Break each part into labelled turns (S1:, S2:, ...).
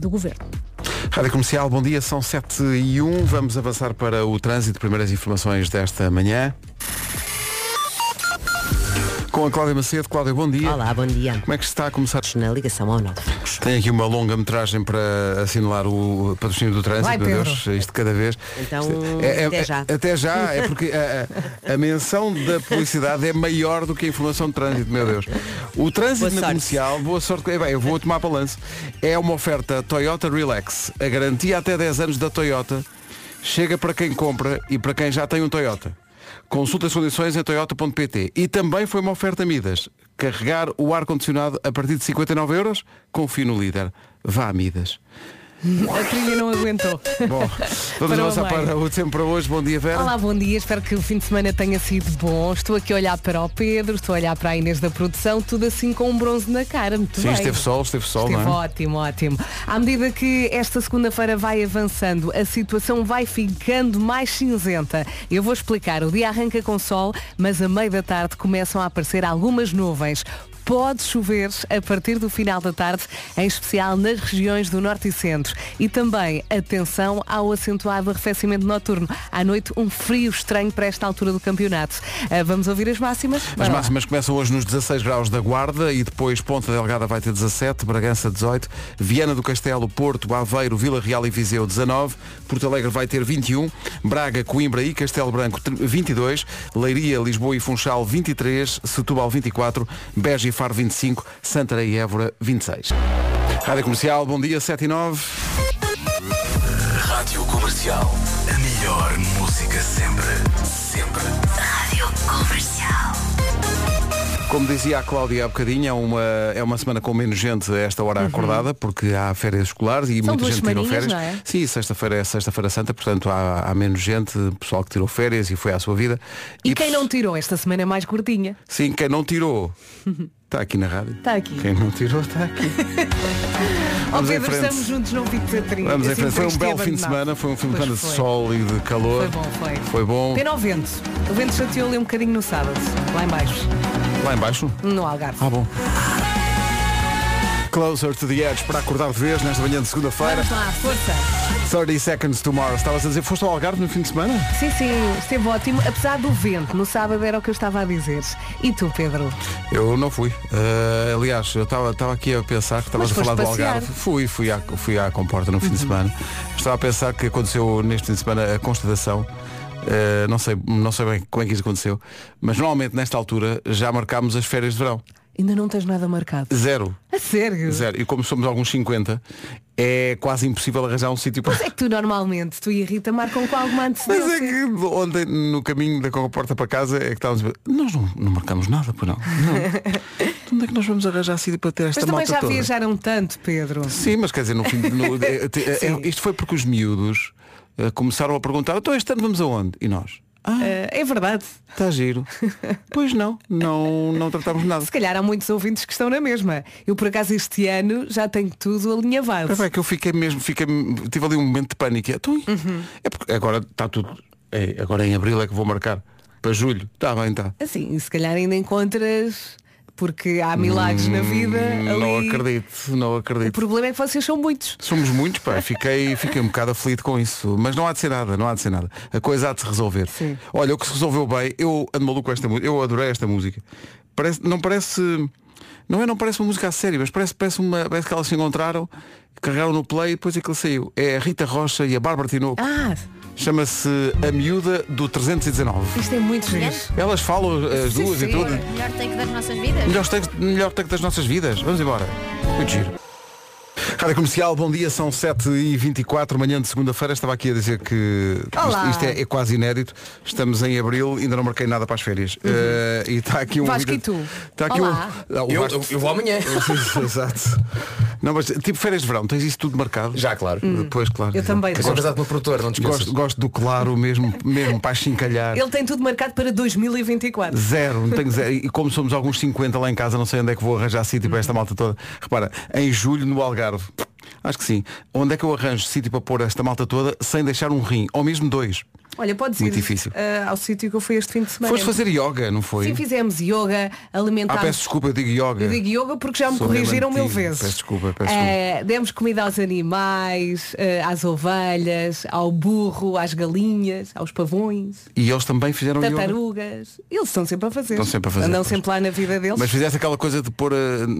S1: do Governo.
S2: Rádio Comercial, bom dia, são 7 e 1. Vamos avançar para o trânsito, primeiras informações desta manhã. Com a Cláudia Macedo. Cláudia, bom dia.
S3: Ah,
S4: Olá, bom dia.
S2: Como é que se está a começar?
S4: Na ligação ao nó.
S2: Tem aqui uma longa metragem para assinalar o patrocínio do trânsito,
S1: Vai,
S2: meu
S1: Pedro.
S2: Deus, isto cada vez. É,
S4: Então,
S2: Isto
S4: até já.
S2: até já, é porque a, a- a menção da publicidade é maior do que a informação de trânsito, meu Deus. O trânsito
S4: Boa
S2: na
S4: sorte.
S2: comercial, boa sorte, eh, bem, eu vou tomar balanço. É uma oferta Toyota Relax, a garantia até 10 anos da Toyota, chega para quem compra e para quem já tem um Toyota. Consulta as condições em toyota.pt. E também foi uma oferta Midas. Carregar o ar-condicionado a partir de 59 euros? Confio no líder. Vá a Midas.
S1: A trilha não aguentou.
S2: Bom, vamos
S1: Para o
S2: avançar
S1: meio.
S2: para o tempo para hoje. Bom dia, Vera.
S1: Olá, bom dia. Espero que o fim de semana tenha sido bom. Estou aqui a olhar para o Pedro, estou a olhar para a Inês da produção, tudo assim com um bronze na cara. Muito
S2: Sim,
S1: bem.
S2: esteve sol, esteve sol,
S1: Esteve
S2: não é?
S1: ótimo, ótimo. À medida que esta segunda-feira vai avançando, a situação vai ficando mais cinzenta. Eu vou explicar. O dia arranca com sol, mas a meio da tarde começam a aparecer algumas nuvens. Pode chover a partir do final da tarde, em especial nas regiões do norte e centro. E também atenção ao acentuado arrefecimento noturno. À noite, um frio estranho para esta altura do campeonato. Ah, Vamos ouvir as máximas?
S2: As
S1: Vai lá.
S2: máximas começam hoje nos 16 graus da Guarda e depois Ponta Delgada vai ter 17, Bragança 18, Viana do Castelo, Porto, Aveiro, Vila Real e Viseu 19, Porto Alegre vai ter 21, Braga, Coimbra e Castelo Branco tr- 22, Leiria, Lisboa e Funchal 23, Setúbal 24, Beja e Faro 25, Santarém e Évora 26. Rádio Comercial, bom dia, 7 e 9.
S5: Rádio Comercial. A melhor música sempre. Sempre. Rádio Comercial.
S2: Como dizia a Cláudia há bocadinho, é uma, é uma semana com menos gente a esta hora acordada, porque há férias escolares e
S1: Uhum. São
S2: muita
S1: duas
S2: gente tirou
S1: semaninhas,
S2: férias.
S1: não é?
S2: Sim, sexta-feira é sexta-feira santa, portanto há, há menos gente, pessoal que tirou férias e foi à sua vida.
S1: E quem não tirou esta semana é mais gordinha?
S2: Sim, quem não tirou. Está aqui na rádio.
S1: Está Tá aqui.
S2: Quem não tirou está aqui.
S1: Ó
S2: Vamos em
S1: Pedro,
S2: frente.
S1: estamos juntos, não fico triste. É
S2: Vamos em frente. Foi um belo fim de semana, foi um fim de semana de sol e de calor.
S1: Foi bom, foi.
S2: Foi um bom.
S1: Pena ao vento. O vento chateou ali um bocadinho no sábado, lá em baixo,
S2: Lá em baixo.
S1: no Algarve.
S2: Ah, bom. Closer to the Edge para acordar de vez nesta manhã de segunda-feira.
S1: Vamos lá, força.
S2: 30 Seconds to Mars. Estavas a dizer, foste ao Algarve no fim de semana?
S1: Sim, sim, esteve ótimo, apesar do vento. No sábado era o que eu estava a dizer. E tu, Pedro?
S2: Eu não fui. Eh, aliás, eu estava estava aqui a pensar que estavas a
S1: Mas
S2: falar
S1: foste
S2: do Algarve.
S1: passear. Uhum.
S2: Fui, fui à, fui à comporta no fim de semana. Estava a pensar que aconteceu neste fim de semana a constatação. eh, não, sei, não sei bem como é que isso aconteceu, mas normalmente nesta altura já marcámos as férias de verão.
S1: Ainda não tens nada marcado.
S2: Zero.
S1: A sério?
S2: Zero. E como somos alguns 50, é quase impossível arranjar um sítio para.
S1: Mas é que tu normalmente, tu e a Rita marcam com alguma
S2: Mas
S1: antecedência.
S2: é que ontem, no caminho da comporta para casa, é que estávamos a ver, Nós não, não marcamos nada, por não. não. Então, Onde é que nós vamos arranjar sítio para ter esta
S1: Mas também
S2: malta
S1: já
S2: toda?
S1: viajaram tanto, Pedro.
S2: Sim, mas quer dizer, no fim de- no- é, te- é,
S1: Sim.
S2: isto foi porque os miúdos eh, começaram a perguntar, então este ano vamos aonde? E nós? Ah,
S1: Eh, é verdade.
S2: está giro. pois não, não, não tratámos nada.
S1: Se calhar há muitos ouvintes que estão na mesma. Eu, por acaso, este ano já tenho tudo alinhavado.
S2: É que eu fiquei mesmo, fiquei, tive ali um momento de pânico. Então,
S1: Uhum.
S2: É porque agora está tudo. é, agora em abril é que vou marcar. Para julho. Está bem, tá. está.
S1: Assim, se calhar ainda encontras, porque há milagres na vida.
S2: Hum, Não
S1: ali.
S2: acredito, não
S1: O
S2: acredito.
S1: problema é que vocês são muitos.
S2: Somos muitos, pá, fiquei, fiquei um bocado aflito com isso. Mas não há de ser nada, não há de ser nada. A coisa há de se resolver.
S1: Sim.
S2: Olha, o que se resolveu bem, eu ando maluco com esta música, eu adorei esta música. Parece, não parece. Não é, não parece uma música a sério, mas parece, parece, uma, parece que elas se encontraram, carregaram no play e depois aquilo saiu. É a Rita Rocha e a Bárbara Tinoco.
S1: Ah,
S2: Chama-se A Miúda do 319.
S1: isto é muito giro.
S2: Elas falam eh, as
S1: Sim,
S2: duas e
S1: sim.
S2: tudo.
S6: Melhor take das nossas vidas?
S2: Melhor texto, melhor texto das nossas vidas. Vamos embora. Muito giro. Rádio Comercial, bom dia, são 7h24, manhã de segunda-feira. Estava aqui a dizer que isto,
S1: Olá.
S2: isto é, é quase inédito. Estamos em abril, ainda não marquei nada para as férias. Eh, e está aqui um.
S1: Uhum. Vasco,
S2: ouvinte-
S1: e tu?
S2: Está aqui
S1: Olá.
S2: um. Ah, o
S3: Eu,
S2: Vasco-
S3: eu, eu vou amanhã.
S2: Exato. Não, mas tipo férias de verão, tens isso tudo marcado?
S3: Já, claro.
S2: Depois, claro.
S1: Hum. Eu também
S3: Eu sou
S1: tenho.
S3: casado com uma produtora, não te esqueças.
S2: Gosto, gosto do claro mesmo, mesmo para chincalhar.
S1: Ele tem tudo marcado para 2024.
S2: Zero, não tenho zero. E como somos
S1: Uhum.
S2: alguns 50 lá em casa, não sei onde é que vou arranjar sítio para esta malta toda. Repara, em julho no Algarve. Acho que sim. Onde é que eu arranjo sítio para pôr esta malta toda sem deixar um rim? Ou mesmo dois?
S1: Olha, podes
S2: Muito
S1: ir
S2: difícil.
S1: eh, ao sítio que eu fui este fim de semana.
S2: Foste fazer yoga, não foi?
S1: Sim, fizemos yoga,
S2: Ah,
S1: alimentámos
S2: peço desculpa, eu digo yoga.
S1: Eu digo yoga porque já me
S2: Sou
S1: corrigiram
S2: mesmo
S1: mil
S2: antigo.
S1: vezes.
S2: Peço desculpa, peço
S1: Eh, demos comida aos animais, eh, às ovelhas, ao burro, às galinhas, aos pavões,
S2: E eles também fizeram Então, yoga.
S1: tartarugas. Eles estão sempre a fazer.
S2: Estão sempre a fazer,
S1: Andam
S2: pois.
S1: sempre lá na vida deles.
S2: Mas fizeste aquela coisa de pôr eh,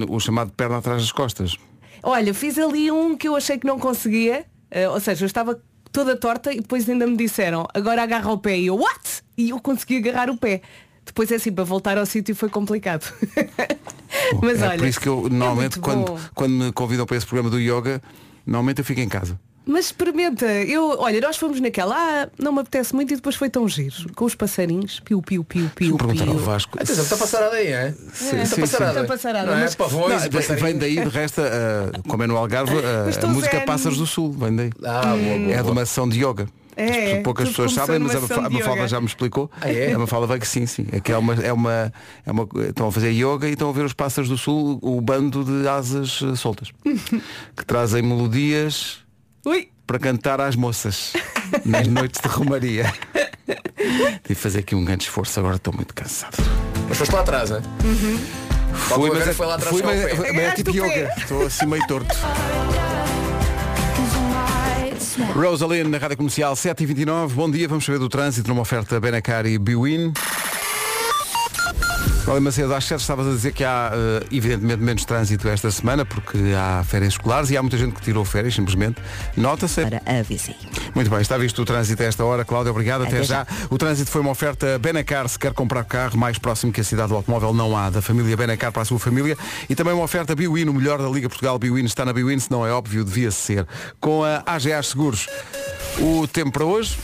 S2: o chamado perna atrás das costas.
S1: Olha, fiz ali um que eu achei que não conseguia. eh, ou seja, eu estava toda torta e depois ainda me disseram, agora agarra o pé. E eu, what? E eu consegui agarrar o pé. Depois é assim, para voltar ao sítio foi complicado. Mas
S2: é
S1: olha.
S2: por isso que eu
S1: é
S2: normalmente
S1: muito
S2: quando,
S1: bom.
S2: quando me convidam para esse programa do yoga, normalmente eu fico em casa.
S1: Mas experimenta, eu, olha, nós fomos naquela, ah, não me apetece muito e depois foi tão giro. Com os passarinhos, piu, piu, piu, piu,
S2: Vou perguntar
S1: piu.
S2: ao Vasco.
S4: Atenção, está passarada aí, é?
S2: Sim,
S4: está
S2: sim,
S4: passarada.
S1: sim. Está passarada,
S4: Não
S1: mas-
S4: é? Pavões,
S2: Não,
S4: e passarinhos.
S2: vem daí, de resto, eh, como é no Algarve, eh,
S1: Mas
S2: a
S1: estou
S2: música
S1: zen.
S2: Pássaros do Sul, vem daí.
S4: Ah, boa, boa,
S2: É de
S4: boa.
S2: uma ação de yoga.
S1: É,
S2: As- Poucas
S1: tudo
S2: pessoas
S1: começou
S2: sabem, mas a
S1: numa ação
S2: Mafa- a
S1: de
S2: Mafalda
S1: yoga.
S2: já me explicou.
S4: Ah, é?
S2: A Mafalda vai que sim, sim. É que é uma, é uma, é uma- Estão a fazer yoga e estão a ver os pássaros do sul, o bando de asas eh, soltas. que trazem melodias
S1: Ui,
S2: para cantar às moças nas noites de Romaria. Tive de fazer aqui um grande esforço, agora estou muito cansado.
S4: Mas foste lá atrás, é? Fui, mas foi lá atrás
S2: fui,
S4: com o
S2: mas-
S4: pé.
S2: mas é
S1: Agarraste
S2: tipo
S1: o pé.
S2: yoga. Estou assim meio torto. Rosaline na Rádio Comercial 7h29. Bom dia, vamos saber do trânsito numa oferta Benacar e Biwin. Olha, Macedo, às 7 estavas a dizer que há eh, evidentemente menos trânsito esta semana porque há férias escolares e há muita gente que tirou férias simplesmente. Nota-se.
S6: Para a VCI.
S2: Muito bem, está visto o trânsito a esta hora. Cláudia, obrigado. Até,
S6: Até
S2: já.
S6: já.
S2: O trânsito foi uma oferta Benacar. Se quer comprar carro mais próximo que a cidade do automóvel, não há. Da família Benacar para a sua família. E também uma oferta Biwin, o melhor da Liga Portugal. Biwin está na Biwin, se não é óbvio, devia ser. Com a AGA Seguros. O tempo para hoje.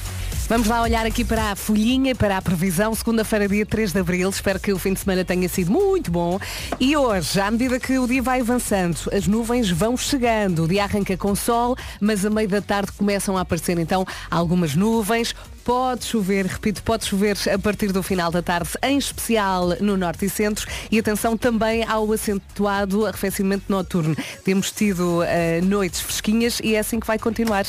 S1: Vamos lá olhar aqui para a folhinha, e para a previsão, segunda-feira, dia 3 de abril. Espero que o fim de semana tenha sido muito bom. E hoje, à medida que o dia vai avançando, as nuvens vão chegando. O dia arranca com sol, mas a meio da tarde começam a aparecer então algumas nuvens. Pode chover, repito, pode chover a partir do final da tarde, em especial no norte e centro. E atenção também ao acentuado arrefecimento noturno. Temos tido eh, noites fresquinhas e é assim que vai continuar.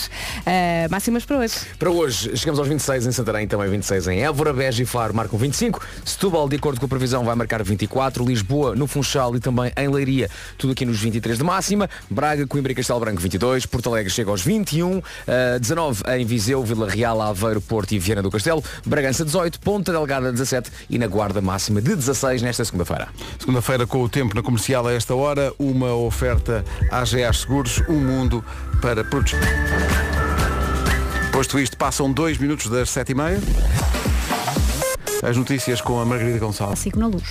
S1: Eh, máximas para hoje.
S4: Para hoje, chegamos aos 26 em Santarém, também 26 em Évora, Beja e Faro marcam 25, Setúbal, de acordo com a previsão, vai marcar 24, Lisboa, no Funchal e também em Leiria, tudo aqui nos 23 de máxima, Braga, Coimbra e Castelo Branco 22, Porto Alegre chega aos 21, eh, 19 em Viseu, Vila Real, Aveiro, Porto e Viana do Castelo, Bragança 18, Ponta Delgada 17 e na guarda máxima de 16 nesta segunda-feira.
S2: Segunda-feira com o tempo na comercial a esta hora. Uma oferta AGA Seguros. Um mundo para proteger. Posto isto, passam dois minutos das sete e meia. As notícias com a Margarida Gonçalves.
S6: Sigo na luz.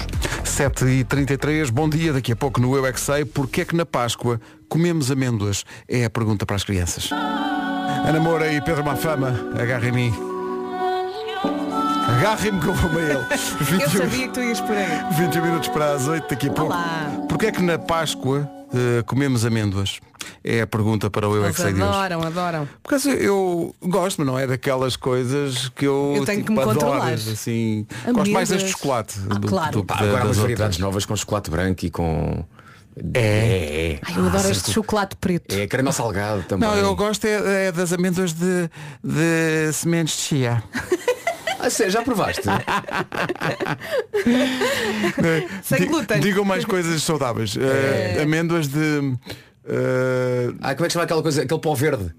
S2: 7h33, bom dia, daqui a pouco no Eu é que sei, porque é que na Páscoa comemos amêndoas? É a pergunta para as crianças. Ana Moura e Pedro Mafama, agarrem me Agarrem-me que eu vou a ele.
S1: Eu
S2: 21,
S1: sabia que tu ias por aí.
S2: 21 minutos para as 8 daqui a pouco.
S1: Olá.
S2: Porquê é que na Páscoa eh, comemos amêndoas? É a pergunta para o Eu é que
S1: Eles
S2: sei de hoje.
S1: adoram, adoram.
S2: Por causa eu gosto, mas não é daquelas coisas que eu,
S1: Eu tenho
S2: tipo,
S1: que me
S2: adoro,
S1: controlar.
S2: assim. Gosto mais das de
S1: Amêndoas.
S2: chocolate.
S1: Ah, claro.
S2: que
S4: Pá,
S2: da-
S4: agora é há
S2: das
S4: umas
S2: outras.
S4: variedades novas com chocolate branco e com... É, é,
S1: Ai, eu
S2: Ah,
S1: adoro este chocolate preto.
S4: é caramelo salgado também.
S2: Não, eu gosto é, é das amêndoas de, de sementes de chia.
S4: Ah, sério, já provaste? Ah,
S1: Sem
S2: Di-
S1: glúten.
S2: Digam mais coisas saudáveis. Eh, amêndoas de eh,
S4: Ah, como é que chama aquela coisa, aquele pó verde?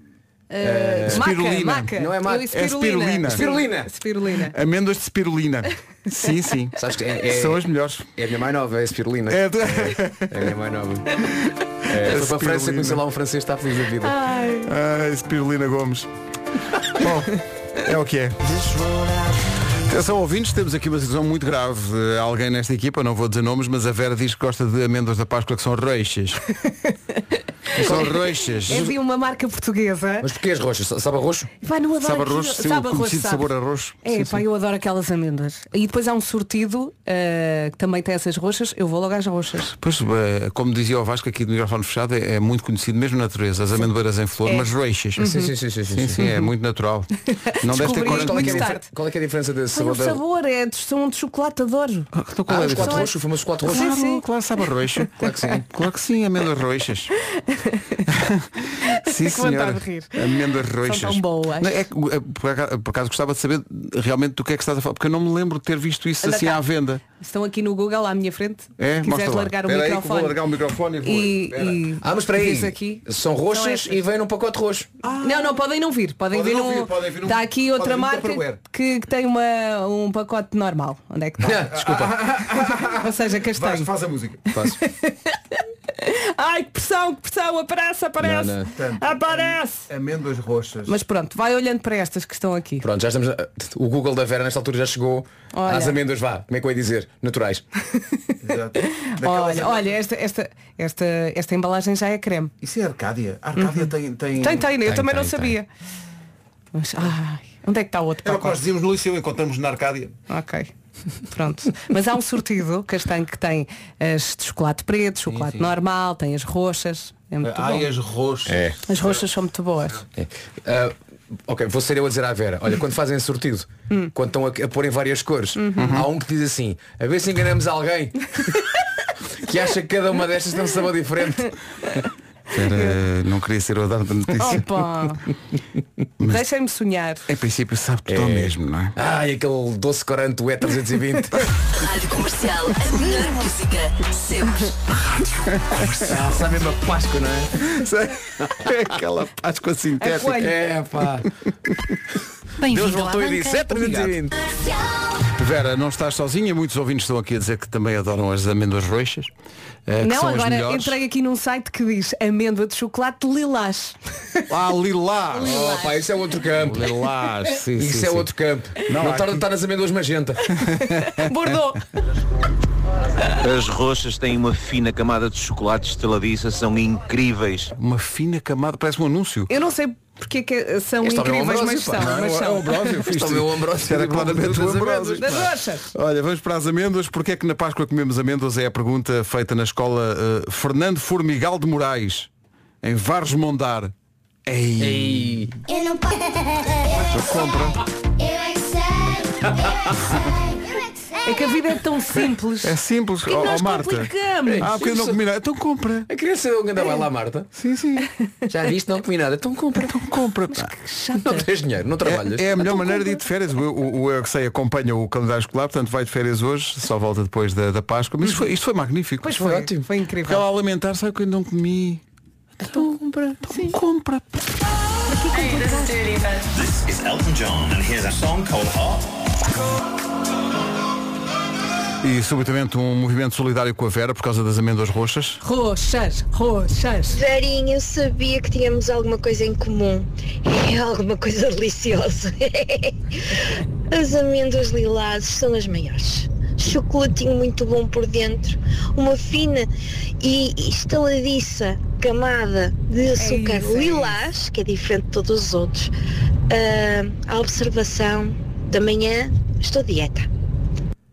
S1: Eh, Maca,
S2: espirulina.
S1: maca.
S4: Não é maca,
S1: Eu-
S4: é
S2: espirulina.
S4: Espirulina.
S1: Espirulina.
S2: amêndoas de spirulina. sim, sim.
S4: Sabes que é, é-
S2: São as melhores.
S4: é a minha mãe nova, é a espirulina.
S2: É,
S4: É,
S2: de-
S4: a minha mãe nova. É, foi para
S2: espirulina.
S4: a França, conheceu lá um francês, está feliz da vida.
S2: Ai, Ah, Spirulina Gomes. Bom, é o que é. Atenção ouvintes, temos aqui uma situação muito grave. Eh, Alguém nesta equipa, não vou dizer nomes, mas a Vera diz que gosta de amêndoas da Páscoa que são roxas. são roxas.
S1: É de uma marca portuguesa.
S4: Mas porquê as roxas? Sabe a roxo?
S1: Pá, não adoro
S2: Sabe a
S1: aquilo.
S2: roxo, sim, o
S1: sabe a roxo,
S2: conhecido
S1: sabe.
S2: sabor a roxo.
S1: É, pá, eu adoro aquelas amêndoas. E depois há um sortido eh, que também tem essas roxas. Eu vou logo às roxas.
S2: Pois, eh, como dizia o Vasco aqui do microfone fechado, é é muito conhecido mesmo na natureza, as amendoeiras em
S1: É.
S2: flor, mas roxas.
S4: Sim, sim, sim, sim, sim,
S2: Sim,
S4: sim.
S2: sim, é muito natural. Não deve ter
S1: Uhum. Descobri
S2: cor
S4: Qual é, que é
S1: Muito
S4: a dif-
S1: tarde.
S4: qual é que é a diferença desse
S1: Tem um
S4: sabor? da-
S1: sabor, é de, são de chocolate, adoro.
S2: Então qual
S4: Ah,
S2: é
S4: os
S2: a diferença?
S4: quatro roxos, o famoso quatro
S2: Claro,
S4: roxos.
S1: Sim, sim.
S2: claro, sabe a roxo.
S4: Claro que sim.
S2: Claro que sim, amêndoas roxas. Sim,
S1: Que vontade
S2: senhora.
S1: de rir.
S2: Amêndoas roxas.
S1: tão boas.
S2: Não, é que, eh, por, acaso, por acaso gostava de saber realmente do que é que estás a falar, porque eu não me lembro de ter visto isso
S1: Anda
S2: assim
S1: cá.
S2: à venda.
S1: Estão aqui no Google à minha frente. Se
S2: É? Mostra
S1: quiseres
S2: lá.
S1: largar o
S2: Espera aí que
S1: microfone.
S2: vou largar o microfone e vou.
S1: E-
S2: Espera.
S1: e-
S4: Ah, mas espera aí.
S1: diz aqui. Ah.
S4: São
S1: São
S4: roxas
S1: estas.
S4: e vêm num pacote roxo.
S1: Não, não, podem não vir. Podem,
S2: Podem
S1: vir,
S2: não
S1: um...
S2: vir, podem vir um-
S1: Está aqui outra
S2: podem vir um
S1: marca
S2: Tupperware.
S1: que, que tem uma, um pacote normal. Onde é que está?
S4: Desculpa.
S1: Ou seja, castanho.
S2: faz a música.
S4: Faço.
S1: Ai, que pressão, que pressão. Aparece, aparece.
S4: Não,
S1: Aparece.
S2: Amêndoas roxas.
S1: Mas pronto, vai olhando para estas que estão aqui.
S4: Pronto, já estamos. na- O Google da Vera nesta altura já chegou
S1: Olha.
S4: às amêndoas, vá. Como é que eu ia dizer? Naturais.
S6: Exato.
S1: Olha, olha, esta, esta, esta, esta embalagem já é creme.
S2: Hum,
S6: Isso é Arcádia. A Arcádia tem, tem.
S1: Uhum. Tem, tem, eu
S4: Tem,
S1: também
S4: tem,
S1: não
S4: tem.
S1: sabia. Mas, ai, onde é que está o outro
S6: Era o que nós
S1: pacote?
S6: dizíamos no liceu, encontramos na Arcádia.
S1: Ok. Pronto. Mas há um sortido castanho que tem as de chocolate preto, chocolate normal, tem as roxas. É muito
S6: Ai,
S1: bom.
S6: as roxas.
S4: É.
S1: As roxas são muito boas.
S4: É. Ah, ok, vou ser eu a dizer à Vera, olha, quando fazem sortido,
S1: Hum.
S4: quando estão a, a pôr em várias cores,
S1: Uhum.
S4: há um que diz assim, a ver se enganamos alguém que acha que cada uma destas tem um sabor diferente.
S2: não queria ser eu a dar da notícia.
S1: Opa! Deixem-me sonhar.
S2: Em princípio sabe tudo ao mesmo, não é?
S4: Ai, aquele doce corante ué 320.
S3: Rádio Comercial, a melhor música sempre.
S4: ah, sabe mesmo a Páscoa, não é?
S2: É aquela Páscoa sintética.
S1: Olha.
S4: É, pá. Deus
S3: Bem-vindo à
S4: voltou e disse, é
S3: banca.
S4: 320.
S2: É. Vera, não estás sozinha, muitos ouvintes estão aqui a dizer que também adoram as amêndoas roxas. eh, que
S1: Não,
S2: são as
S1: agora
S2: melhores.
S1: entrei aqui num site que diz amêndoa de chocolate lilás.
S2: Ah, lilás!
S4: Oh, pá, isso é outro campo.
S2: Lilás, sim,
S4: Isso
S2: sim,
S4: é
S2: sim.
S4: outro campo.
S2: Não,
S4: Não,
S2: há
S4: tarda
S2: aqui-
S4: de estar nas amêndoas magenta.
S1: Bordou!
S7: As roxas têm uma fina camada de chocolate esteladiça, são incríveis.
S2: Uma fina camada, parece um anúncio.
S1: Eu não sei porque é que são
S4: Este homem é um
S1: incríveis, mas
S4: Ambrósio, pá.
S1: são. Mas
S2: é o
S1: são.
S2: Ambrósio,
S4: Este é o meu Ambrósio.
S2: Isto Era claramente o
S4: Das
S2: Ambrósio.
S1: Das roxas.
S2: Olha, vamos para as amêndoas. Porquê é que na Páscoa comemos amêndoas? É a pergunta feita na escola eh, Fernando Formigal de Moraes, em Vares Mondar.
S4: E...
S2: Ei,
S8: Eu não posso. Eu é que sei. Eu é que sei.
S1: É que a vida é tão simples.
S2: é simples.
S1: que
S2: Ó,
S1: nós
S2: ó, Marta.
S1: complicamos?
S2: Ah, porque eu não combina. Então compra.
S4: A criança não andava lá, Marta.
S2: É. Sim, sim.
S4: Já viste, não comi nada. Então compra. Então compra, pá. Não tens dinheiro, não trabalhas.
S2: É, é a melhor maneira de ir de férias. O, o, o Eu Que Sei acompanha o calendário escolar, portanto vai de férias hoje, só volta depois da, da Páscoa. Mas isto foi, isto foi magnífico.
S1: Pois foi,
S4: ótimo.
S1: foi incrível.
S2: Porque ela a lamentar, sabe que eu não comi. Então compra. Então compra.
S5: This is Elton John, and here's a song called Hot.
S2: E subitamente um movimento solidário com a Vera por causa das amêndoas roxas.
S1: Roxas, roxas.
S9: Verinha, eu sabia que tínhamos alguma coisa em comum. É alguma coisa deliciosa. As amêndoas lilás são as maiores. Chocolatinho muito bom por dentro, uma fina e estaladiça camada de açúcar
S1: isso, é
S9: lilás, que é diferente de todos os outros. Ah, a observação da manhã, estou dieta.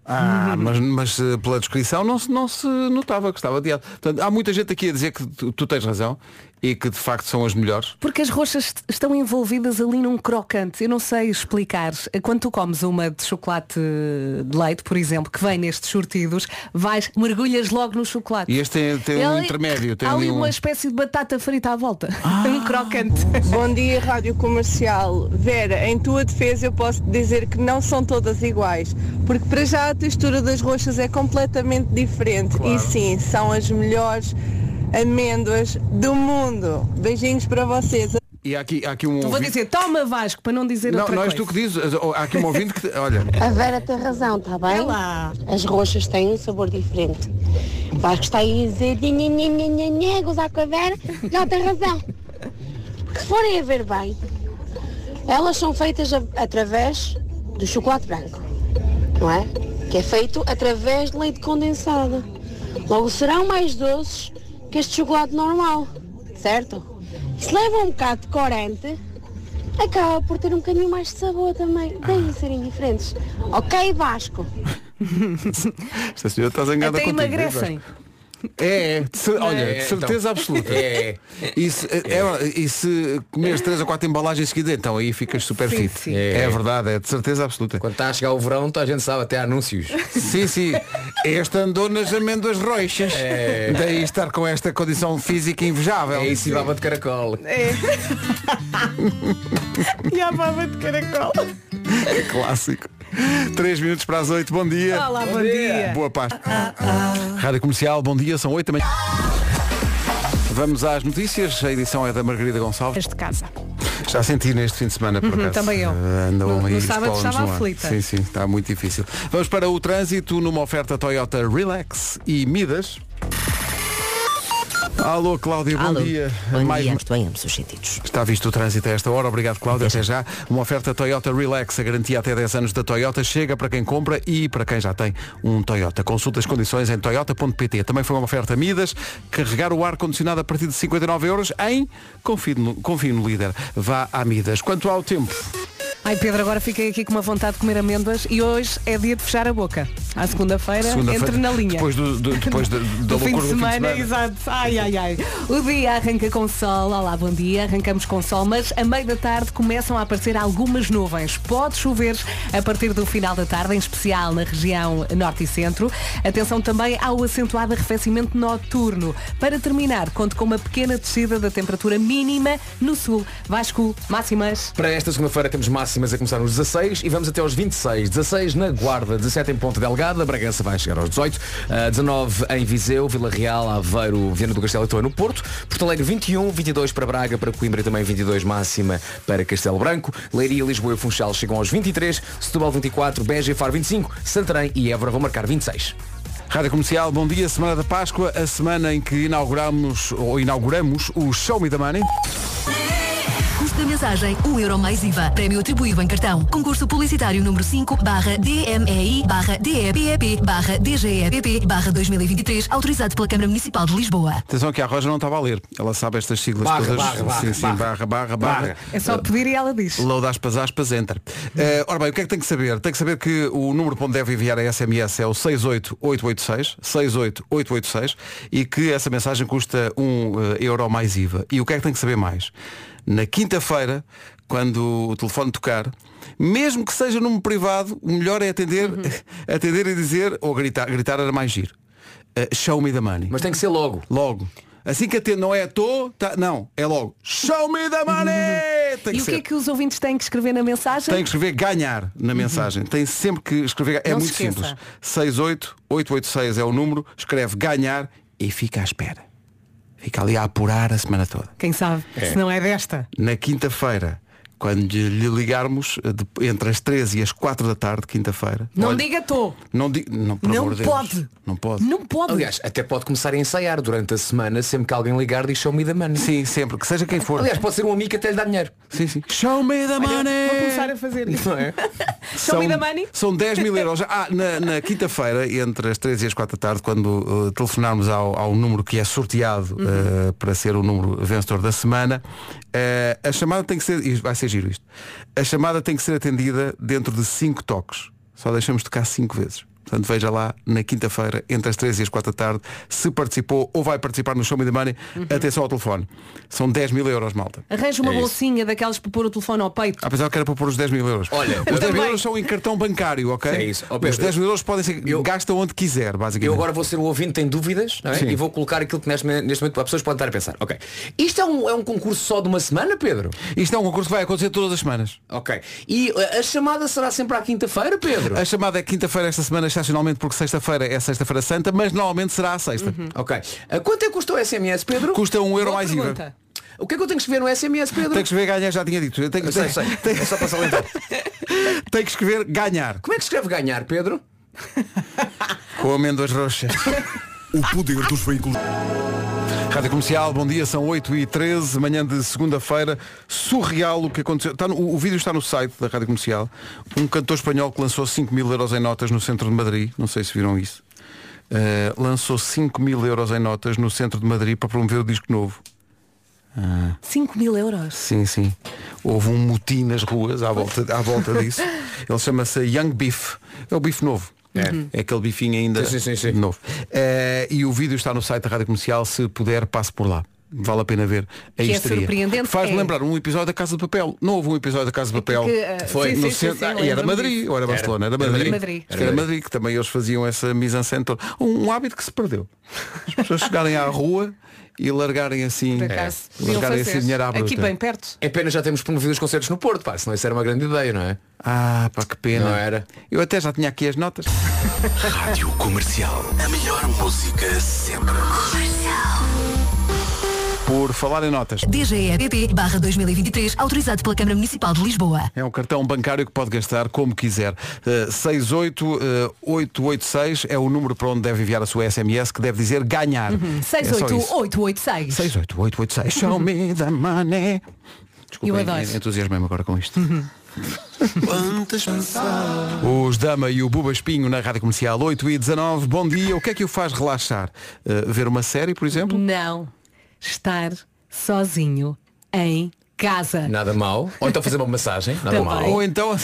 S2: Ah, mas, mas, eh, pela descrição não se, não se notava que estava adiado. Portanto, há muita gente aqui a dizer que tu, tu tens razão e que de facto são as melhores.
S1: Porque as roxas est- estão envolvidas ali num crocante. Eu não sei explicar. Quando tu comes uma de chocolate de leite, por exemplo, que vem nestes sortidos, vais, mergulhas logo no chocolate.
S2: E este tem, tem um
S1: Ela-
S2: intermédio. Tem
S1: há ali
S2: ali um... Ah,
S1: uma espécie de batata frita à volta. um crocante.
S10: Bom dia, Rádio Comercial. Vera, em tua defesa eu posso te dizer que não são todas iguais, porque para já a textura das roxas é completamente diferente e sim, são as melhores amêndoas do mundo. Beijinhos para vocês.
S2: E há aqui, há aqui um.
S1: Não vou
S2: ouvinte-
S1: dizer, toma Vasco, para não dizer
S2: Não,
S1: outra
S2: não és
S1: coisa.
S2: tu que dizes. Há aqui um ouvinte que. Olha,
S11: A Vera tem razão, está bem?
S1: Ela.
S11: As roxas têm um sabor diferente. Vasco está aí a dizer "Nhe, nhe, nhe, nhe, nhe", gozar com a Vera, já tem razão. Se forem a ver bem, elas são feitas a- através do chocolate branco, não é? Que é feito através de leite condensado. Logo serão mais doces que este chocolate normal, certo? Se leva um bocado de corante, acaba por ter um bocadinho mais de sabor também. Daí
S12: Ah.
S11: serem diferentes. Ok, Vasco?
S2: esta senhora está zangada
S1: Até
S2: contigo,
S1: emagrecem.
S2: É, de cer-
S4: Não é?
S2: olha, de
S4: É,
S2: certeza
S4: então.
S2: absoluta.
S4: É.
S2: E se, é, e se comeres três ou quatro embalagens seguidas, então aí ficas super
S4: Sim,
S2: fit.
S4: sim.
S2: É. verdade, é de certeza absoluta.
S4: Quando está a chegar o verão, toda a gente sabe até há anúncios.
S2: Sim, sim. Este andou nas amêndoas roxas.
S4: É.
S2: Daí estar com esta condição física invejável. É
S4: isso, e baba de caracol.
S1: É. e a baba de caracol.
S2: Clássico. Três minutos para as oito. Bom dia.
S1: Olá, bom dia.
S2: Boa paz. Rádio Comercial, bom dia. São oito da manhã. Vamos às notícias. A edição é da Margarida Gonçalves.
S1: De casa.
S2: Já senti neste fim de semana, por
S1: Uhum,
S2: acaso.
S1: também eu.
S2: Eh, Andam
S1: No-
S2: aí
S1: no sábado
S2: espólios
S1: estava
S2: ar.
S1: aflita.
S2: Sim, sim, está muito difícil. Vamos para o trânsito numa oferta Toyota Relax e Midas. Alô, Cláudia, bom
S13: Alô.
S2: dia.
S13: Bom
S2: Mais
S13: dia,
S2: uma-
S13: estou em ambos os sentidos.
S2: Está visto o trânsito a esta hora. Obrigado, Cláudia. Até já. Uma oferta Toyota Relax, a garantia até 10 anos da Toyota, chega para quem compra e para quem já tem um Toyota. Consulta as condições em toyota.pt. Também foi uma oferta Midas, carregar o ar-condicionado a partir de 59 euros em... Confie no, confie no líder. Vá à Midas. Quanto ao tempo...
S1: Ai Pedro, agora fiquei aqui com uma vontade de comer amêndoas e hoje é dia de fechar a boca. À segunda-feira,
S2: Segunda-feira,
S1: entre na linha.
S2: Depois do, do- depois da- da
S1: do fim,
S2: loucura
S1: de
S2: do
S1: semana, exato. Ai, ai, ai. O dia arranca com sol. Olá, bom dia. Arrancamos com sol, mas a meio da tarde começam a aparecer algumas nuvens. Pode chover a partir do final da tarde, em especial na região norte e centro. Atenção também ao acentuado arrefecimento noturno. Para terminar, conto com uma pequena descida da temperatura mínima no sul. Vasco, máximas.
S4: Para esta segunda-feira temos máximas a começar nos 16 e vamos até aos 26. 16 na Guarda, 17 em Ponte Delgada, Bragança vai chegar aos 18, ah, 19 em Viseu, Vila Real, Aveiro, Viana do Castelo e Torre no Porto, Porto Alegre 21, 22 para Braga, para Coimbra e também 22 máxima para Castelo Branco, Leiria, Lisboa e Funchal chegam aos 23, Setúbal 24, Beja e Faro 25, Santarém e Évora vão marcar 26.
S2: Rádio Comercial, bom dia, Semana da Páscoa, a semana em que inauguramos ou inauguramos o Show Me the Money.
S3: Custo da mensagem 1 euro mais IVA. Prémio atribuído em cartão. Concurso publicitário número 5 barra DMEI barra DEPEP barra DGEPP barra 2023 autorizado pela Câmara Municipal de Lisboa.
S2: Atenção que a Roja não estava a ler. Ela sabe estas siglas
S3: Barra,
S2: todas.
S3: barra, barra,
S2: sim, sim, barra, barra, barra.
S1: É só pedir e ela diz.
S2: Load aspas, aspas, enter. Eh, ora bem, o que é que tem que saber? Tem que saber que o número para onde deve enviar a SMS é o 68886, 68886 e que essa mensagem custa 1 euro mais IVA. E o que é que tem que saber mais? Na quinta-feira, quando o telefone tocar, mesmo que seja num privado, o melhor é atender,
S3: Uhum.
S2: atender e dizer, ou gritar, gritar era mais giro. Eh, show me the money.
S4: Mas tem que ser logo.
S2: Logo. Assim que atendo, não é tô, tá, não, é logo. Show me the money! Tem
S1: e o que
S2: ser.
S1: é que os ouvintes têm que escrever na mensagem?
S2: Tem que escrever ganhar na mensagem. Tem sempre que escrever. É
S1: Não se
S2: muito
S1: esqueça.
S2: simples. 68886 é o número. Escreve ganhar e fica à espera. Fica ali a apurar a semana toda.
S1: Quem sabe?
S2: É.
S1: Se não é desta.
S2: Na quinta-feira, quando lhe ligarmos, eh, de- entre as 13 e as 4 da tarde, quinta-feira.
S1: Não
S2: olha,
S1: diga tô.
S2: Não, di- não, por
S1: Não
S2: amor de
S1: pode.
S2: Deus. Não pode.
S1: Não pode.
S4: Aliás, até pode começar a ensaiar durante a semana, sempre que alguém ligar diz show me the money.
S2: Sim, sempre, que seja quem for.
S4: Aliás, pode ser um amigo que até lhe dá dinheiro.
S2: Sim, sim. Show me the money!
S1: Vou começar a fazer isso.
S4: Não é?
S1: Show me the money.
S2: São 10 mil euros. Ah, na, na quinta-feira, entre as 3 e as 4 da tarde, quando uh, telefonarmos ao, ao número que é sorteado
S1: Uhum.
S2: uh, para ser o número vencedor da semana, uh, a chamada tem que ser, e vai ser giro isto, a chamada tem que ser atendida dentro de 5 toques. Só deixamos tocar 5 vezes. Portanto, veja lá, na quinta-feira, entre as 3 e as 4 da tarde, se participou ou vai participar no Show Me the Money,
S1: Uhum.
S2: atenção ao telefone. São 10 mil euros, malta.
S1: Arranja uma
S2: É isso. Ah,
S1: bolsinha daquelas para pôr o telefone ao peito.
S2: Apesar que era para pôr os 10 mil euros.
S4: Olha,
S2: os 10 mil
S4: também.
S2: euros são em cartão bancário, ok?
S4: É isso. Ó,
S2: os
S4: Pedro,
S2: 10 mil euros podem ser. Gasta onde quiser, basicamente.
S4: Eu agora vou ser o ouvinte que tem dúvidas não é?
S2: Uhum. Sim.
S4: e vou colocar aquilo que neste, neste momento as pessoas podem estar a pensar. Ok. Isto é um, é um concurso só de uma semana, Pedro?
S2: Isto é um concurso que vai acontecer todas as semanas.
S4: Ok. E uh, a chamada será sempre à quinta-feira, Pedro?
S2: A chamada é quinta-feira esta semana, excepcionalmente, porque sexta-feira é sexta-feira santa, mas normalmente será à sexta.
S4: Ok. Uh, quanto é que custa o SMS, Pedro?
S2: Custa um euro mais IVA.
S4: O que é que eu tenho que escrever no SMS, Pedro?
S2: Tem que escrever ganhar, já tinha dito. Tem, tem,
S4: Eu sei, sei.
S2: Tem,
S4: É só para salientar.
S2: tem que escrever ganhar.
S4: Como é que escreve ganhar, Pedro?
S2: Com amêndoas roxas.
S5: O poder dos veículos.
S2: Rádio Comercial, bom dia, são 8 e 13 manhã de segunda-feira, surreal o que aconteceu. Está no- o, o vídeo está no site da Rádio Comercial. Um cantor espanhol que lançou 5 mil euros em notas no centro de Madrid, não sei se viram isso, Uh, lançou 5 mil euros em notas no centro de Madrid para promover o disco novo.
S1: 5 mil euros.
S2: Sim, sim. Houve um motim nas ruas à volta, à volta disso. Ele chama-se Young Beef. É o bife novo. É aquele bifinho ainda
S4: Sim, sim, sim, sim.
S2: novo. Eh, e o vídeo está no site da Rádio Comercial, se puder, passe por lá. Vale a pena ver a
S1: Que é
S2: histeria.
S1: surpreendente,
S2: Faz-me
S1: é.
S2: lembrar um episódio da Casa de Papel. Não houve um episódio da Casa de Papel.
S1: porque, eh,
S2: Foi
S1: sim,
S2: no
S1: sim,
S2: centro.
S1: sim, sim,
S2: Ah, e era
S1: lembro-me
S2: Madrid,
S1: disso.
S2: ou era
S1: Era.
S2: Barcelona? Era
S1: Era
S2: Madrid.
S1: Madrid.
S2: Acho que Era Madrid, que também eles faziam essa mise en scène toda. Um, um hábito que se perdeu. As pessoas chegarem à rua e largarem assim.
S1: Por acaso,
S2: é,
S1: podiam
S2: largarem
S1: fazer.
S2: assim dinheiro à
S1: Aqui
S2: bruta.
S1: bem perto.
S4: É pena já termos promovido os concertos no Porto, pá, senão isso era uma grande ideia, não é?
S2: Ah, pá, que pena.
S4: Não era.
S2: Eu até já tinha aqui as notas.
S5: Rádio Comercial. A melhor música sempre.
S2: Por falar em notas.
S3: DGEPP barra 2023, autorizado pela Câmara Municipal de Lisboa.
S2: É um cartão bancário que pode gastar como quiser. Eh, 68886 é o número para onde deve enviar a sua SMS, que deve dizer ganhar.
S1: Uhum.
S2: É só isso.
S1: 68886.
S2: 68886. Show me the money.
S1: Eu
S2: Desculpem,
S1: adoro. Uhum.
S2: entusiasmo agora com isto. Os Dama e o Buba Espinho na Rádio Comercial 8 e 19. Bom dia. O que é que o faz relaxar? Eh, ver uma série, por exemplo?
S1: Não. Estar sozinho em casa.
S4: Nada mal. Ou então fazer uma massagem, nada
S1: Também.
S4: mal.
S2: Ou então.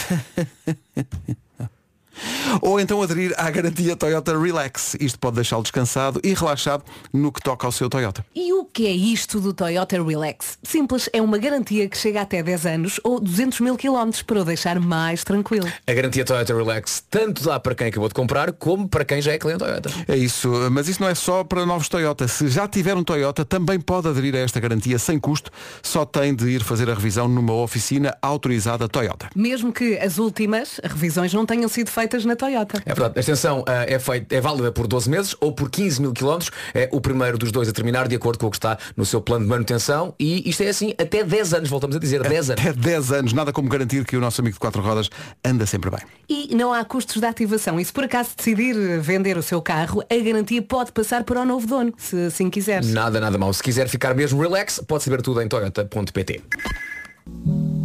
S2: Ou então aderir à garantia Toyota Relax. Isto pode deixá-lo descansado e relaxado no que toca ao seu Toyota.
S1: E o que é isto do Toyota Relax? Simples, é uma garantia que chega até 10 anos ou 200 mil quilómetros para o deixar mais tranquilo.
S4: É A garantia Toyota Relax tanto dá para quem acabou de comprar como para quem já é cliente Toyota.
S2: É isso, mas isso não é só para novos Toyota. Se já tiver um Toyota, também pode aderir a esta garantia sem custo. Só tem de ir fazer a revisão numa oficina autorizada Toyota.
S1: Mesmo que as últimas revisões não tenham sido feitas na Toyota.
S4: É verdade, a extensão ah, é, feita, é válida por 12 meses ou por 15 mil quilómetros. É o primeiro dos dois a terminar, de acordo com o que está no seu plano de manutenção. E isto é assim até 10 anos, voltamos a dizer, 10 anos.
S2: Até 10 anos, nada como garantir que o nosso amigo de quatro rodas anda sempre bem.
S1: E não há custos de ativação. E se por acaso decidir vender o seu carro, a garantia pode passar para o novo dono, se assim quiseres.
S4: Nada, nada mal. Se quiser ficar mesmo relax, pode saber tudo em toyota.pt.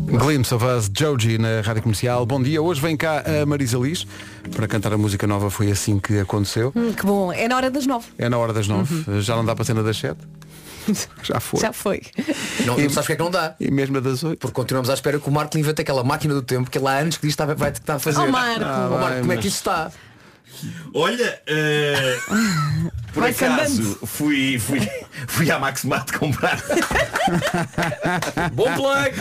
S2: Glimpse of Us, Joji na Rádio Comercial. Bom dia, hoje vem cá a Marisa Liz para cantar a música nova, foi assim que aconteceu.
S1: Hum, que bom, é na hora das nove.
S2: É na hora das nove, já não dá para a cena das sete? Já foi.
S1: Já foi.
S4: Não, não sabes porque é que não dá?
S2: E mesmo a das oito?
S4: Porque continuamos à espera que o Marco invente aquela máquina do tempo que ele há anos que diz que está- vai estar a fazer.
S1: Oh, Marco.
S4: Oh, Marco,
S2: vai,
S4: como é
S2: mas-
S4: que isso está?
S13: Olha, eh, por
S1: Vai-se
S13: acaso
S1: andando.
S13: fui, fui, fui à Maxmat comprar
S4: Bom plug!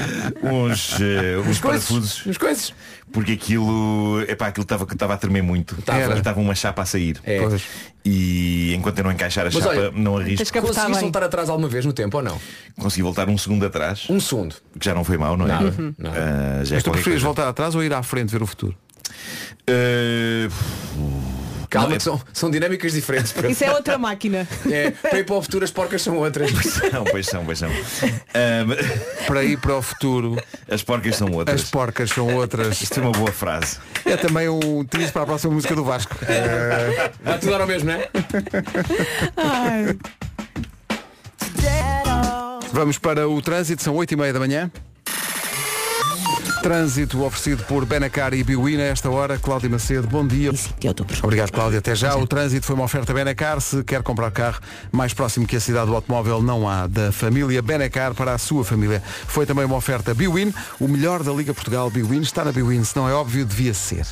S13: uns, eh, uns parafusos.
S4: As coisas.
S13: Porque aquilo, epá, aquilo estava tava a tremer muito.
S4: Tava.
S13: Estava uma chapa a sair.
S4: É. Pois.
S13: E enquanto eu não encaixar a
S4: Mas
S13: chapa,
S4: olha,
S13: não arrisco.
S1: tens que-
S4: Conseguiste
S1: Está bem.
S4: voltar atrás alguma vez no tempo ou não?
S13: Consegui voltar um segundo atrás,
S4: Um segundo.
S13: que já não foi mau, não é?
S4: Nada,
S13: Uhum.
S4: nada.
S13: Ah, já é
S2: Mas tu
S13: qualquer
S2: preferias
S13: coisa.
S2: voltar atrás ou ir à frente ver o futuro?
S13: Eh,
S4: Calma,
S13: Não, é-
S4: que são, são dinâmicas diferentes.
S1: Isso é outra máquina.
S4: É, para ir para o futuro as porcas são outras.
S13: Não, pois são, pois são. Ah,
S2: Para ir para o futuro,
S13: as porcas são outras.
S2: as porcas são outras.
S13: Isto é uma boa frase.
S2: É também um triz para a próxima música do Vasco.
S4: Vai tudo dar ao mesmo, não é?
S2: Vamos para o trânsito, são 8 e meia da manhã. Trânsito oferecido por Benacar e Biwina a esta hora. Cláudio Macedo, bom dia. Obrigado, Cláudio. Até já. O trânsito foi uma oferta Benacar. Se quer comprar carro mais próximo que a cidade do automóvel, não há. Da família Benacar para a sua família. Foi também uma oferta Biwin. O melhor da Liga Portugal Biwin está na Biwin. Se não é óbvio, devia ser.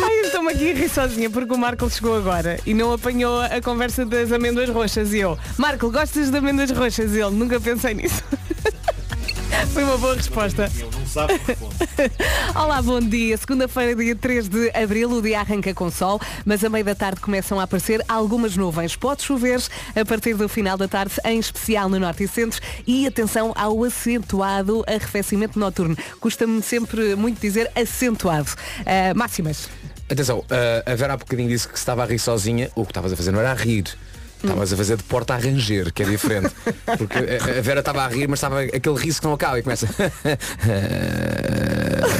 S14: Ai, eu estou-me aqui a rir sozinha porque o Marco chegou agora e não apanhou a conversa das amêndoas roxas e eu, Marco, gostas de amêndoas roxas? E ele, nunca pensei nisso. Foi uma boa resposta.
S1: Olá, bom dia. Segunda-feira, dia 3 de abril, o dia arranca com sol, mas a meio da tarde começam a aparecer algumas nuvens. Pode chover a partir do final da tarde, em especial no Norte e Centro. E atenção ao acentuado arrefecimento noturno. Custa-me sempre muito dizer acentuado. Ah, máximas.
S4: Atenção, ah, a- a Vera há bocadinho disse que se estava a rir sozinha, o que estavas a fazer não era a rir. Estavas a fazer de porta a ranger, que é diferente. Porque a a Vera estava a rir, mas estava aquele riso que não acaba e começa.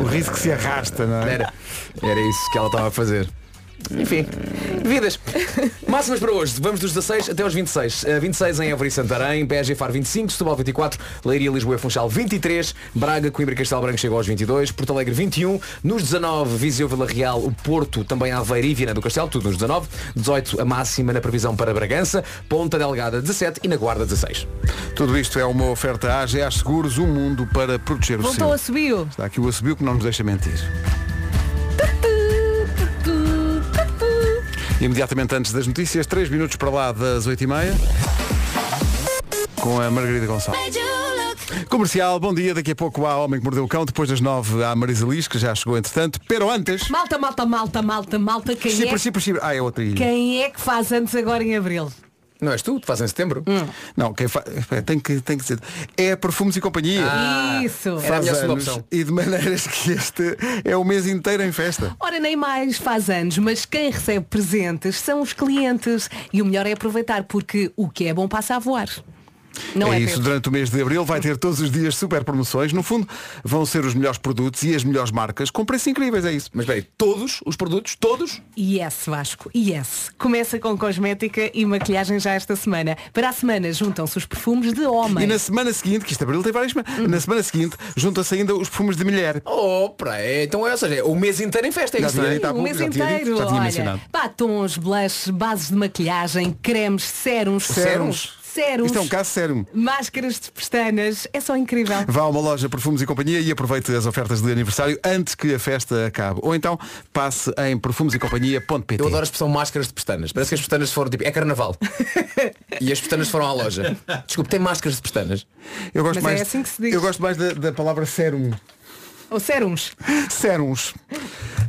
S2: O risco se arrasta, não é?
S4: Era, era isso que ela estava a fazer. Enfim, vidas. Máximas para hoje. Vamos dos 16 até aos 26. Eh, 26 em Évora e Santarém, Beja e Faro 25, Setúbal 24, Leiria, Lisboa e Funchal 23, Braga, Coimbra e Castelo Branco chegou aos 22, Porto Alegre 21, nos 19 Viseu, Vila Real, o Porto, também Aveiro e Viana do Castelo, tudo nos 19, 18 a máxima na previsão para Bragança, Ponta Delgada 17 e na Guarda 16.
S2: Tudo isto é uma oferta à AGA Seguros, um mundo para proteger o seu.
S1: Voltou a subir.
S2: Está aqui o assobio que não nos deixa mentir. Imediatamente antes das notícias, 3 minutos para lá das 8h30. Com a Margarida Gonçalves. Comercial, bom dia. Daqui a pouco há Homem que Mordeu o Cão. Depois das 9 há Marisa Liz, que já chegou entretanto. Pero antes.
S1: Malta, malta, malta, malta, malta, quem é,
S2: Chipre, chipre, chipre. Ah, é outra ilha.
S1: quem é que faz antes agora em Abril?
S2: Não és tu? Tu faz em setembro? Não, quem faz. Tem que, tem que dizer. É Perfumes e Companhia.
S1: Ah, Isso. era a
S2: Faz
S1: minha segunda
S2: anos,
S1: opção.
S2: E de maneiras que este é o mês inteiro em festa.
S1: Ora, nem mais faz anos, mas quem recebe presentes são os clientes. E o melhor é aproveitar, porque o que é bom passa a voar. Não é,
S2: isso,
S1: Pedro?
S2: durante o mês de Abril vai ter todos os dias super promoções. No fundo, vão ser os melhores produtos e as melhores marcas com preços incríveis, é isso. Mas bem, todos os produtos, todos.
S1: Yes, Vasco, yes. Começa com cosmética e maquilhagem já esta semana. Para a semana juntam-se os perfumes de homem.
S2: E na semana seguinte, que isto de Abril tem várias,
S1: Uhum.
S2: semanas, na semana seguinte junta-se ainda os perfumes de mulher.
S4: Oh, peraí, então é, ou seja, é o mês inteiro em festa, é
S2: Já
S4: isso,
S2: tinha
S4: não é?
S2: dito
S13: tá
S2: há
S1: o Um mês inteiro, olha, batons, blush, bases de maquilhagem, cremes, sérums,
S2: Sérums?
S1: sérums,
S2: Isto é um caso sério.
S1: máscaras de pestanas, é só incrível.
S2: Vá a uma loja Perfumes e Companhia e aproveite as ofertas de aniversário antes que a festa acabe. Ou então passe em perfumesecompanhia.pt.
S4: Eu adoro a expressão máscaras de pestanas. Parece que as pestanas foram tipo, é carnaval. e as pestanas foram à loja. Desculpe, tem máscaras de pestanas.
S2: Eu gosto
S1: Mas
S2: mais,
S1: é assim que se diz.
S2: Eu gosto mais da, da palavra sérum.
S1: Ou sérums.
S2: Sérums.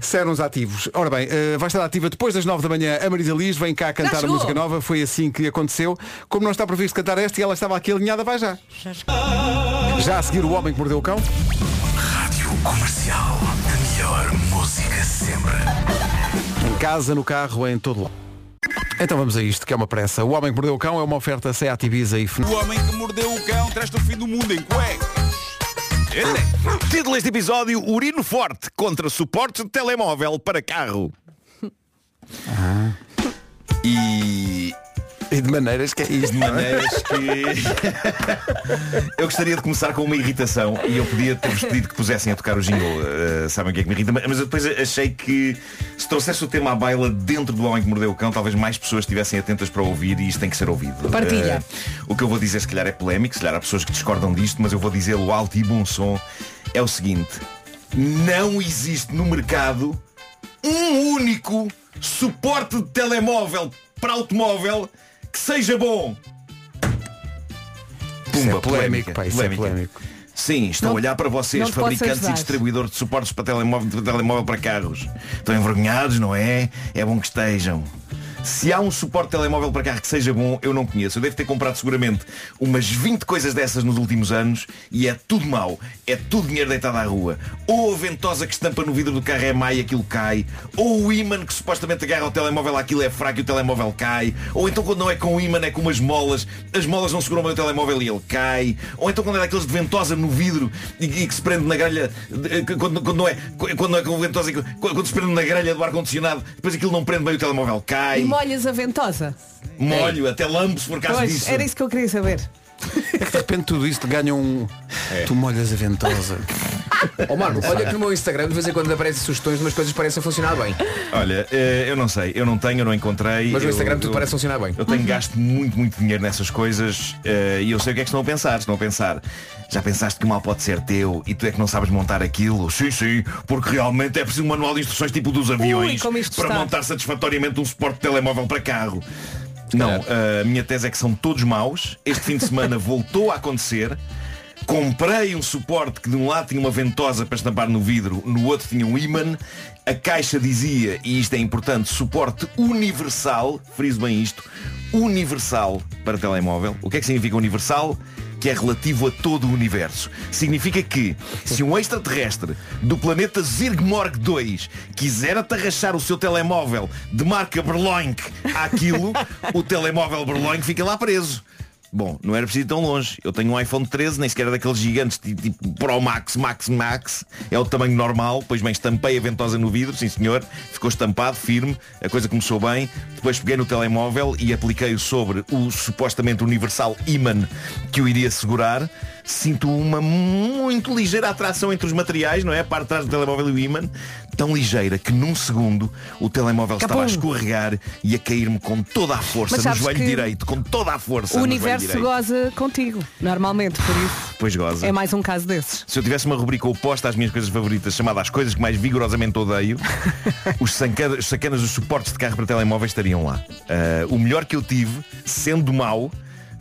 S2: Sérums ativos. Ora bem, eh, vai estar ativa depois das 9 da manhã. A Marisa Liz vem cá cantar a
S1: chegou.
S2: música nova. Foi assim que aconteceu. Como não está previsto cantar esta e ela estava aqui alinhada, vai já. Já a seguir o homem que mordeu o cão.
S15: Rádio Comercial. A melhor música sempre.
S2: Em casa, no carro, em todo lado. Então vamos a isto, que é uma pressa. O Homem que Mordeu o Cão é uma oferta Seat Ibiza e FNAC.
S13: homem que mordeu o cão traz-te o fim do mundo em cuecas. Esse. Título deste episódio, Urino Forte contra suportes de telemóvel para carro. E...
S2: E de maneiras que é isto.
S13: De maneiras que... eu gostaria de começar com uma irritação e eu podia ter-vos pedido que pusessem a tocar o jingle. eh, sabem o que é que me irrita? Mas eu depois achei que se trouxesse o tema à baila dentro do Homem que Mordeu o Cão, talvez mais pessoas estivessem atentas para ouvir e isto tem que ser ouvido.
S16: Partilha.
S13: Eh, o que eu vou dizer se calhar é polémico, se calhar há pessoas que discordam disto, mas eu vou dizê-lo alto e bom som. É o seguinte, não existe no mercado um único suporte de telemóvel para automóvel que seja bom.
S2: Isso é polémico,
S13: Pumba, polémica,
S2: pá, isso é
S13: polémica.
S2: polémico.
S13: Sim, estou
S2: Não-
S13: a olhar para
S2: não
S13: vocês,
S2: te posso
S13: fabricantes
S2: ajudar.
S13: e distribuidores de suportes para telemóvel, de telemóvel para carros. Estão envergonhados, não é? É bom que estejam. Se há um suporte de telemóvel para carro que seja bom, eu não conheço. Eu devo ter comprado seguramente umas 20 coisas dessas nos últimos anos e é tudo mau. É tudo dinheiro deitado à rua. Ou a ventosa que estampa no vidro do carro é má e aquilo cai. Ou o imã que supostamente agarra o telemóvel aquilo é fraco e o telemóvel cai. Ou então quando não é com o imã é com umas molas. As molas não seguram bem o telemóvel e ele cai. Ou então quando é daqueles de ventosa no vidro e, e que se prende na grelha, de- que- quando, quando não é, quando não é com ventosa, e que- quando, quando se prende na grelha do ar-condicionado, depois aquilo não prende bem o telemóvel,
S1: E
S13: cai.
S1: molhas a ventosa.
S13: Molho, até lampo-se por causa
S1: Pois,
S13: disso.
S1: era isso que eu queria saber.
S2: De repente tudo isto ganha um. Tu molhas a ventosa.
S4: Ó Oh, Marco,
S2: Não sei.
S4: olha que no meu Instagram de vez em quando aparecem sugestões de umas coisas que parecem funcionar bem.
S13: Olha, eh, eu não sei, eu não tenho, eu não encontrei.
S4: Mas no
S13: eu,
S4: Instagram tudo
S13: eu-
S4: parece funcionar bem.
S13: Eu
S17: Uhum.
S13: tenho gasto muito, muito dinheiro nessas coisas eh, e eu sei o que é que estão a pensar. Estão a pensar, já pensaste que o mal pode ser teu e tu é que não sabes montar aquilo? Sim, sim, porque realmente é preciso um manual de instruções tipo dos aviões
S14: como
S13: para
S14: isto está.
S13: montar satisfatoriamente um suporte de telemóvel para carro. Não, eh, a minha tese é que são todos maus. Este fim de semana voltou a acontecer. Comprei um suporte que de um lado tinha uma ventosa para estampar no vidro, no outro tinha um ímã. A caixa dizia, e isto é importante, suporte universal, friso bem isto, universal para telemóvel. O que é que significa universal? Que é relativo a todo o universo. Significa que se um extraterrestre do planeta Zirgmorg 2 quiser atarrachar o seu telemóvel de marca Berloink àquilo, o telemóvel Berloink fica lá preso. Bom, não era preciso ir tão longe. Eu tenho um iPhone 13, nem sequer era daqueles gigantes ti- tipo Pro Max, Max, Max. É o tamanho normal. Pois bem, estampei a ventosa no vidro, sim senhor. Ficou estampado, firme. A coisa começou bem. Depois peguei no telemóvel e apliquei-o sobre o supostamente universal imã que o iria segurar. sinto uma muito ligeira atração entre os materiais, não é? A parte de trás do telemóvel e o ímã, tão ligeira que num segundo o telemóvel estava a escorregar e a cair-me com toda a força
S1: Mas
S13: no
S1: sabes
S13: joelho
S1: que
S13: direito, com toda a força.
S1: o
S13: no
S1: universo
S13: joelho direito.
S1: goza contigo, normalmente, por isso.
S13: Pois goza.
S1: É mais um caso desses.
S13: Se eu tivesse uma rubrica oposta às minhas coisas favoritas, chamada As Coisas que Mais Vigorosamente Odeio, os sancadas, os sacanas dos suportes de carro para telemóveis estariam lá. Ah, o melhor que eu tive, sendo mau,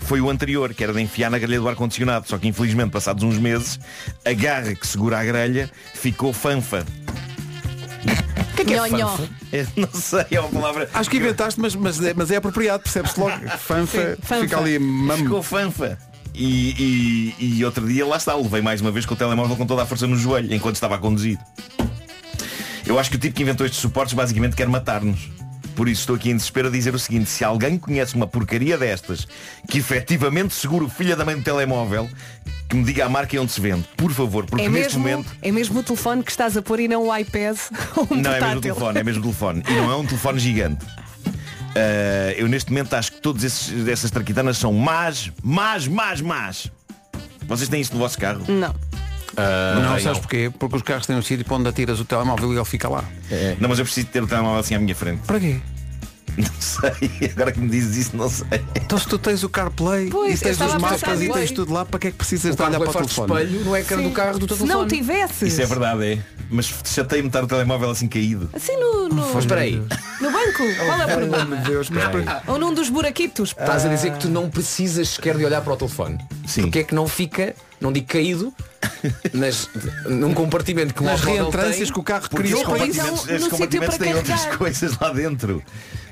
S13: foi o anterior, que era de enfiar na grelha do ar-condicionado. Só que infelizmente, passados uns meses, a garra que segura a grelha ficou fanfa. O que é que é
S2: Nhonhó.
S13: fanfa? É, não sei, é uma palavra.
S2: Acho que inventaste, mas, mas, é- mas é apropriado, percebes logo. Fanfa,
S13: Fanfa.
S2: fica ali mamo.
S13: Ficou fanfa. E, e- e outro dia lá está, levei mais uma vez com o telemóvel com toda a força no joelho, enquanto estava a conduzir. Eu acho que o tipo que inventou estes suportes basicamente quer matar-nos. Por isso estou aqui em desespero a dizer o seguinte, se alguém conhece uma porcaria destas que efetivamente segura o filho da mãe do telemóvel, que me diga a marca e onde se vende, por favor, porque
S1: é,
S13: neste
S1: mesmo,
S13: momento
S1: é mesmo o telefone que estás a pôr e não o iPad ou um
S13: não, é mesmo o
S1: portátil.
S13: telefone, é mesmo o telefone. E não é um telefone gigante. Ah, eu neste momento acho que todas esses- essas traquitanas são más, más, más, más. Vocês têm isto no vosso carro?
S4: Hum.
S1: Não.
S2: não,
S13: tem,
S2: sabes porquê? Porque os carros têm um sítio para onde atiras o telemóvel e ele fica lá.
S13: Não, mas eu preciso ter o telemóvel assim à minha frente.
S2: Para quê?
S13: Não sei, agora que me dizes isso, não sei.
S2: Então se tu tens o CarPlay
S1: Pois,
S2: e
S1: eu
S2: tens
S1: estava
S2: os
S1: a
S2: mapas
S1: pensar
S2: e
S1: nisso.
S2: tens tudo lá, para que é que precisas
S4: O
S2: de olhar para
S4: CarPlay
S2: o
S4: faz
S2: telefone?
S4: espelho no ecrã do carro do teu
S1: Se não tivesses.
S13: Isso é verdade, é. Mas chateei-me de estar o telemóvel assim caído.
S1: Assim no, no,
S13: Mas espera
S2: Ah.
S13: aí.
S1: no banco, qual é o problema?
S13: Espera aí.
S1: Ou num dos buraquitos.
S13: Ah,
S4: Estás a dizer que tu não precisas sequer de olhar para o telefone. Sim. Porque é que não fica, não digo caído, mas num compartimento que um
S2: Nas
S4: automóvel
S2: reentrâncias
S4: tem,
S2: que o carro
S4: porque
S2: criou
S4: os
S2: para isso.
S4: compartimentos-
S2: Então,
S4: esses
S2: no sítio
S4: compartimentos
S2: para
S4: têm
S2: carregar.
S4: outras
S13: coisas lá dentro.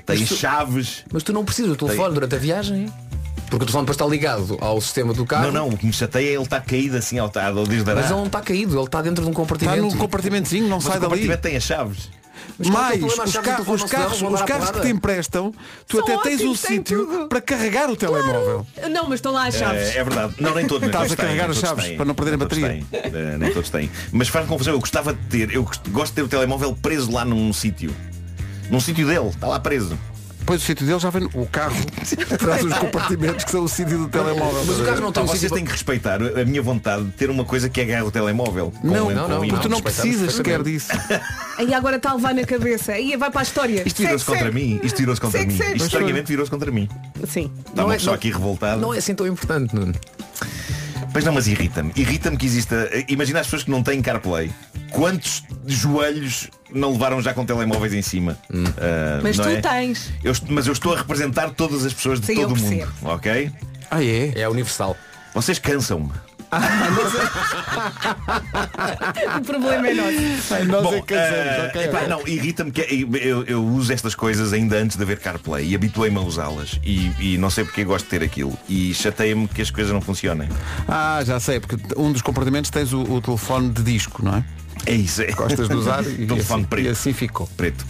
S13: Tem chaves.
S4: Mas tu não precisas do telefone
S13: Tem-
S4: durante a viagem. hein? Porque o telefone depois está ligado ao sistema do carro.
S13: Não, não, o que me chateia é ele estar caído assim ao ao desde
S4: Mas ele não está caído, ele está dentro de um compartimento.
S2: Está num compartimentozinho, não
S4: Mas
S2: sai
S4: o
S2: dali.
S4: compartimento
S13: tem as chaves.
S1: é
S2: Mais, os, carros- os carros, os carros que te emprestam, tu
S1: São
S2: até tens um
S1: ótimos, têm
S2: sítio para carregar o telemóvel.
S1: Não, mas estão lá as chaves.
S13: É, é verdade. Não, nem todos. nem
S2: Estás
S13: todos
S2: a carregar
S13: têm, nem
S2: as
S13: todos
S2: chaves
S13: têm,
S2: para não perder a
S13: nem todos
S2: bateria.
S13: têm, eh, nem todos têm. Mas faz confusão. Eu gostava de ter. Eu gost- gosto de ter o telemóvel preso lá num sítio. Num sítio dele. Está lá preso.
S2: Pois o sítio dele já vem no- o carro. Traz os compartimentos que são o sítio do telemóvel. tá
S4: Então
S1: um
S13: Pá, Vocês têm que respeitar a minha vontade de ter uma coisa que agarra o telemóvel. com-
S2: Não,
S13: com- um
S2: não, não,
S13: com-
S2: porque tu não precisas sequer disso.
S1: Aí agora está a levar na cabeça. Aí vai para a história.
S13: Isto virou-se
S1: Segue,
S13: contra
S1: segue.
S13: mim. Isto virou-se contra
S1: Segue,
S13: mim.
S1: segue.
S13: Isto estranhamente virou-se contra mim.
S1: Sim.
S13: Está uma pessoa aqui revoltada.
S4: Não é assim tão importante, Nuno.
S13: Pois não, mas irrita-me. Irrita-me que exista. eh, Imagina as pessoas que não têm CarPlay. Quantos joelhos não levaram já com telemóveis em cima? Ah,
S1: Hum. Mas
S13: não
S1: tu
S13: é?
S1: tens.
S13: Eu est- mas eu estou a representar todas as pessoas de
S1: Sim, eu
S13: todo o mundo.
S1: percebo.
S13: Ok?
S2: Ah, é?
S4: É universal.
S13: Vocês cansam-me.
S1: o problema é nosso.
S13: Bom, eh, epá, não, irrita-me que eu, eu- eu uso estas coisas ainda antes de haver CarPlay e habituei-me a usá-las e, e não sei porque gosto de ter aquilo e chateia-me que as coisas não funcionem.
S2: Ah, já sei, porque um dos compartimentos tens o, o telefone de disco, não é?
S13: É isso.
S2: Gostas de usar e,
S13: Telefone
S2: assim,
S13: preto.
S2: e assim ficou.
S13: Preto.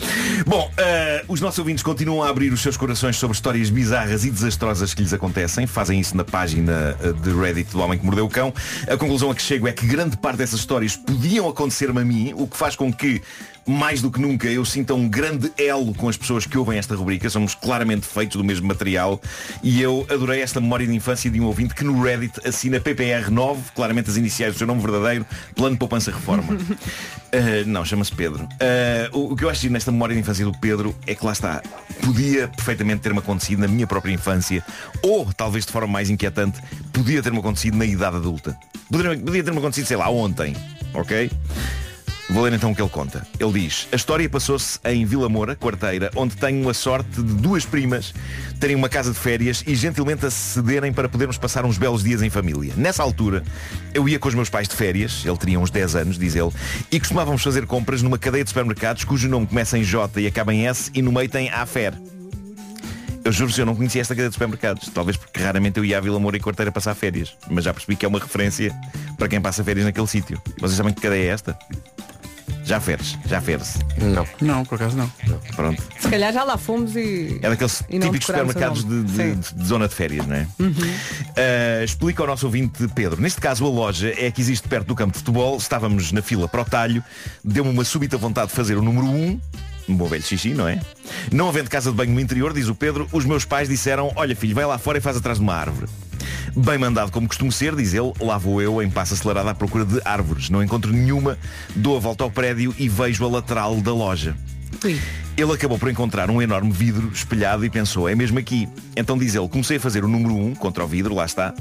S13: Bom, eh, os nossos ouvintes continuam a abrir os seus corações sobre histórias bizarras e desastrosas que lhes acontecem. Fazem isso na página eh, de Reddit do Homem que Mordeu o Cão. A conclusão a que chego é que grande parte dessas histórias podiam acontecer-me a mim, o que faz com que, mais do que nunca, eu sinta um grande elo com as pessoas que ouvem esta rubrica. Somos claramente feitos do mesmo material e eu adorei esta memória de infância de um ouvinte que no Reddit assina PPR9, claramente as iniciais do seu nome verdadeiro, Plano de Poupança Reforma. Uh, não, chama-se Pedro. Uh, o, o que eu acho nesta memória de infância do Pedro é que lá está. Podia perfeitamente ter-me acontecido na minha própria infância, ou talvez de forma mais inquietante, podia ter-me acontecido na idade adulta. Poderia- podia ter-me acontecido, sei lá, ontem. Ok? Vou ler então o que ele conta. Ele diz, a história passou-se em Vila Moura, quarteira, onde tenho a sorte de duas primas terem uma casa de férias e gentilmente acederem para podermos passar uns belos dias em família. Nessa altura, eu ia com os meus pais de férias, ele teria uns 10 anos, diz ele, e costumávamos fazer compras numa cadeia de supermercados cujo nome começa em J e acaba em S e no meio tem AFER. Eu juro-vos, eu não conhecia esta cadeia de supermercados. Talvez porque raramente eu ia à Vila Moura e Corteira passar férias. Mas já percebi que é uma referência para quem passa férias naquele sítio. Vocês sabem que cadeia é esta? Já feres, já feres.
S4: Não.
S2: Não, por acaso não.
S13: Pronto.
S1: Se calhar já lá fomos e.
S13: É daqueles
S1: E não
S13: típicos
S1: decoramos o
S13: supermercados de,
S1: nome. Uhum.
S13: de- de zona de férias, não é? Uh, explica ao nosso ouvinte Pedro. Neste caso, a loja é a que existe perto do campo de futebol. Estávamos na fila para o talho. Deu-me uma súbita vontade de fazer o número 1. Um bom velho xixi, não é? Não havendo casa de banho no interior, diz o Pedro, os meus pais disseram, olha filho, vai lá fora e faz atrás de uma árvore. Bem mandado como costumo ser, diz ele, lá vou eu em passo acelerado à procura de árvores. Não encontro nenhuma, dou a volta ao prédio e vejo a lateral da loja. Ele acabou por encontrar um enorme vidro espelhado e pensou, é mesmo aqui. Então diz ele, comecei a fazer o número 1 um contra o vidro, lá está.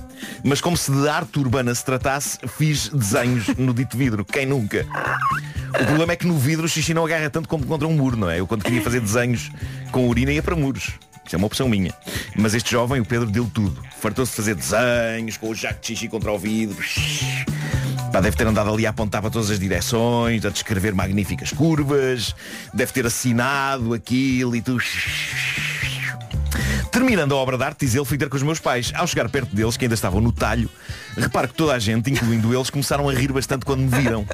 S13: Mas como se de arte urbana se tratasse, fiz desenhos no dito vidro. Quem nunca? O problema é que no vidro o xixi não agarra tanto como contra um muro, não é? Eu quando queria fazer desenhos com urina ia para muros. Isso é uma opção minha. Mas este jovem, o Pedro, deu tudo. Fartou-se de fazer desenhos com o jaco de xixi contra o vidro. Pá, deve ter andado ali a apontar para todas as direções, a descrever magníficas curvas, deve ter assinado aquilo e tudo. Terminando a obra de arte, diz ele, fui ter com os meus pais. Ao chegar perto deles, que ainda estavam no talho, reparo que toda a gente, incluindo eles, começaram a rir bastante quando me viram.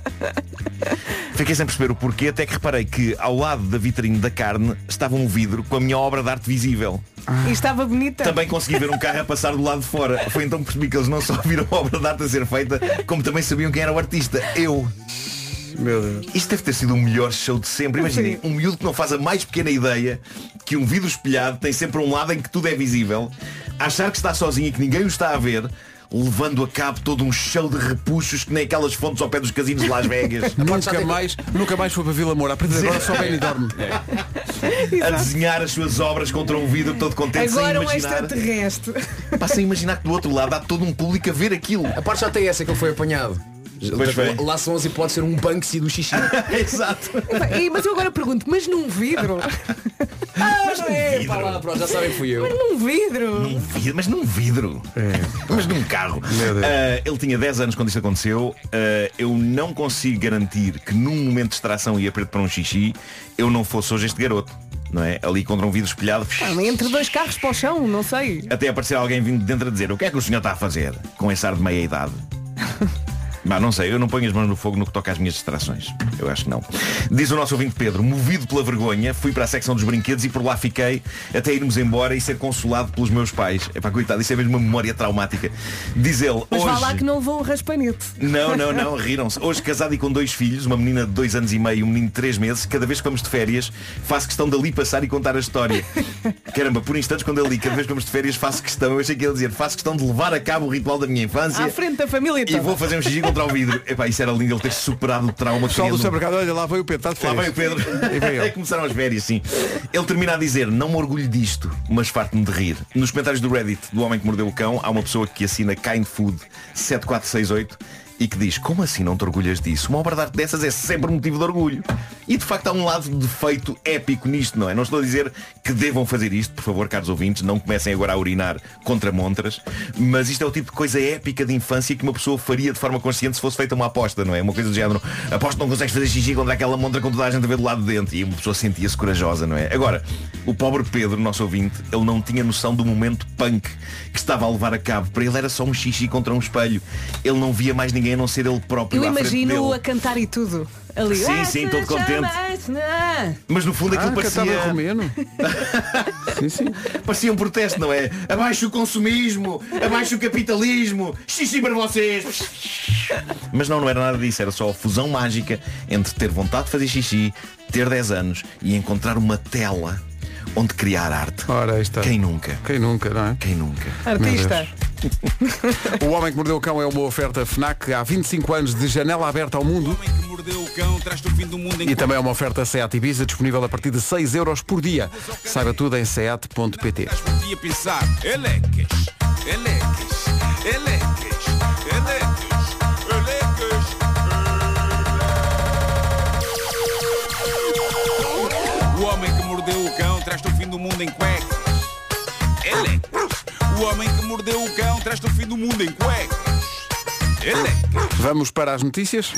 S13: Fiquei sem perceber o porquê, até que reparei que ao lado da vitrine da carne estava um vidro com a minha obra de arte visível.
S14: E estava bonita.
S13: Também consegui ver um carro a passar do lado de fora. Foi então que percebi que eles não só viram a obra de arte a ser feita, como também sabiam quem era o artista. Eu. Meu Deus. Isto deve ter sido o melhor show de sempre. Imaginem, um miúdo que não faz a mais pequena ideia que um vidro espelhado tem sempre um lado em que tudo é visível, achar que está sozinho e que ninguém o está a ver, levando a cabo todo um show de repuxos que nem aquelas fontes ao pé dos casinos de Las Vegas.
S2: nunca, mais, nunca mais foi para Vila Moura. A partir de agora só bem e dorme.
S13: a desenhar as suas obras contra um vidro todo contente
S4: é
S14: Agora
S13: sem
S14: um
S13: imaginar.
S14: extraterrestre.
S13: Passa a imaginar que do outro lado há todo um público a ver aquilo.
S4: A parte já tem essa que ele foi apanhado.
S13: Pois foi.
S4: Lá são 11 e pode ser um Banksy do xixi.
S13: Exato.
S14: Ei, Mas eu agora pergunto, mas num vidro?
S4: Mas não é, pá lá, pronto, já sabem que fui eu.
S14: Mas num vidro?
S13: Num vidro, mas num vidro. Mas num carro. Ah, ele tinha 10 anos quando isto aconteceu. Ah, eu não consigo garantir que num momento de extração e aperto para um xixi, eu não fosse hoje este garoto. Não é? Ali contra um vidro espelhado.
S14: Ah, Entre dois carros para o chão, não sei.
S13: Até aparecer alguém vindo de dentro a dizer o que é que o senhor está a fazer com esse ar de meia idade. Bah, não sei, eu não ponho as mãos no fogo no que toca às minhas distrações. Eu acho que não. Diz o nosso ouvinte Pedro, movido pela vergonha, fui para a secção dos brinquedos e por lá fiquei até irmos embora e ser consolado pelos meus pais. É para coitado, isso é mesmo uma memória traumática. Diz ele,
S14: Mas
S13: hoje.
S14: vá lá que não levou o raspanete.
S13: Não, não, não, riram-se. Hoje casado e com dois filhos, uma menina de dois anos e meio e um menino de três meses, cada vez que vamos de férias, faço questão de ali passar e contar a história. Caramba, por instantes quando eu li, cada vez que vamos de férias faço questão, eu achei que ele ia dizer, faço questão de levar a cabo o ritual da minha
S2: Ah,
S13: infância
S14: À frente da família
S13: e
S2: tá
S14: toda.
S13: vou fazer um xixi contra o vidro. Epá, isso era lindo ele ter superado o trauma
S2: Pessoal do
S13: querendo-
S2: supermercado, olha, é lá veio o Pedro. Está de
S13: Lá
S2: férias.
S13: vem o Pedro. É
S2: E vem ele.
S13: Começaram as férias, sim. Ele termina a dizer, não me orgulho disto, mas farto-me de rir. Nos comentários do Reddit do Homem que Mordeu o Cão, há uma pessoa que assina Kind Food 7468 e que diz, como assim não te orgulhas disso? Uma obra de arte dessas é sempre um motivo de orgulho. E de facto há um lado de feito épico nisto, não é? Não estou a dizer que devam fazer isto, por favor, caros ouvintes, não comecem agora a urinar contra montras, mas isto é o tipo de coisa épica de infância que uma pessoa faria de forma consciente se fosse feita uma aposta, não é? Uma coisa do género, aposto que não consegues fazer xixi contra aquela montra com toda a gente a ver do lado de dentro. E uma pessoa sentia-se corajosa, não é? Agora, o pobre Pedro, nosso ouvinte, ele não tinha noção do momento punk que estava a levar a cabo. Para ele era só um xixi contra um espelho. Ele não via mais ninguém a não ser ele próprio.
S14: Eu
S13: à frente
S14: imagino
S13: dele.
S14: a cantar e tudo. Ali.
S13: Sim,
S14: Ah,
S13: sim,
S14: se
S13: todo contente.
S14: chama, ah, se não.
S13: Mas no fundo aquilo
S2: Ah, cantava
S13: parecia.
S2: romeno. sim, sim.
S13: Parecia um protesto, não é? Abaixo o consumismo, abaixo o capitalismo, xixi para vocês. Mas não, não era nada disso, era só a fusão mágica entre ter vontade de fazer xixi, ter 10 anos e encontrar uma tela onde criar arte.
S2: Ora, aí está.
S13: Quem nunca?
S2: Quem nunca, não é?
S13: Quem nunca?
S14: Artista.
S2: O Homem que Mordeu o Cão é uma oferta FNAC há 25 anos de janela aberta ao
S13: é
S2: mundo
S5: Mordeu o cão, traz-te o fim do mundo em
S2: e também é uma oferta SEAT Ibiza disponível a partir de 6 euros por dia. Saiba tudo em seat.pt.
S5: Estás por ti a pensar Eleques, eleques, eleques, eleques, eleques O homem que mordeu o cão traz-te o fim do mundo em cuecas Eleques O homem que mordeu o cão traz-te o fim do mundo em cuecas Eleques
S2: Vamos para as notícias?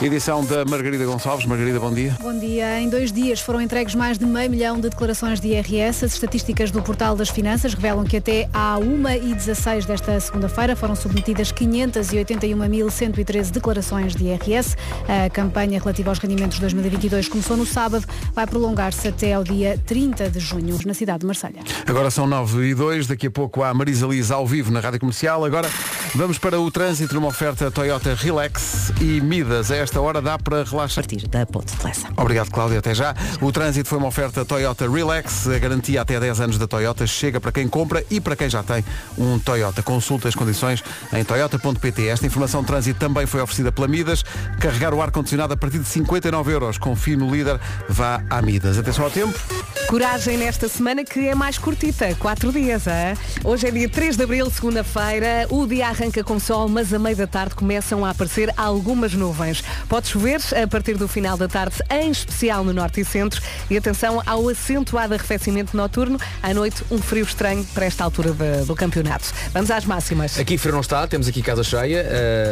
S2: Edição da Margarida Gonçalves. Margarida, bom dia.
S12: Bom dia. Em dois dias foram entregues mais de meio milhão de declarações de IRS. As estatísticas do Portal das Finanças revelam que até à 1h16 desta segunda-feira foram submetidas 581.113 declarações de IRS. A campanha relativa aos rendimentos de 2022 começou no sábado, vai prolongar-se até ao dia 30 de junho, na cidade de Marselha.
S2: Agora são 9 e 2, daqui a pouco há Marisa Liz ao vivo na Rádio Comercial. Agora Vamos para o trânsito numa oferta Toyota Relax e Midas. A esta hora dá para relaxar. A partir
S17: da ponte de Lessa.
S2: Obrigado, Cláudia. Até já. O trânsito foi uma oferta Toyota Relax. A garantia até 10 anos da Toyota chega para quem compra e para quem já tem um Toyota. Consulta as condições em toyota.pt. Esta informação de trânsito também foi oferecida pela Midas. Carregar o ar-condicionado a partir de 59 euros. Confie no líder. Vá à Midas. Atenção ao tempo.
S1: Coragem nesta semana que é mais curtita, quatro dias, é? Hoje é dia 3 de abril, segunda-feira, o dia arranca com sol, mas a meio da tarde começam a aparecer algumas nuvens. Pode chover a partir do final da tarde, em especial no norte e centro, e atenção ao acentuado arrefecimento noturno, à noite um frio estranho para esta altura de- do campeonato. Vamos às máximas.
S4: Aqui frio não está, temos aqui casa cheia.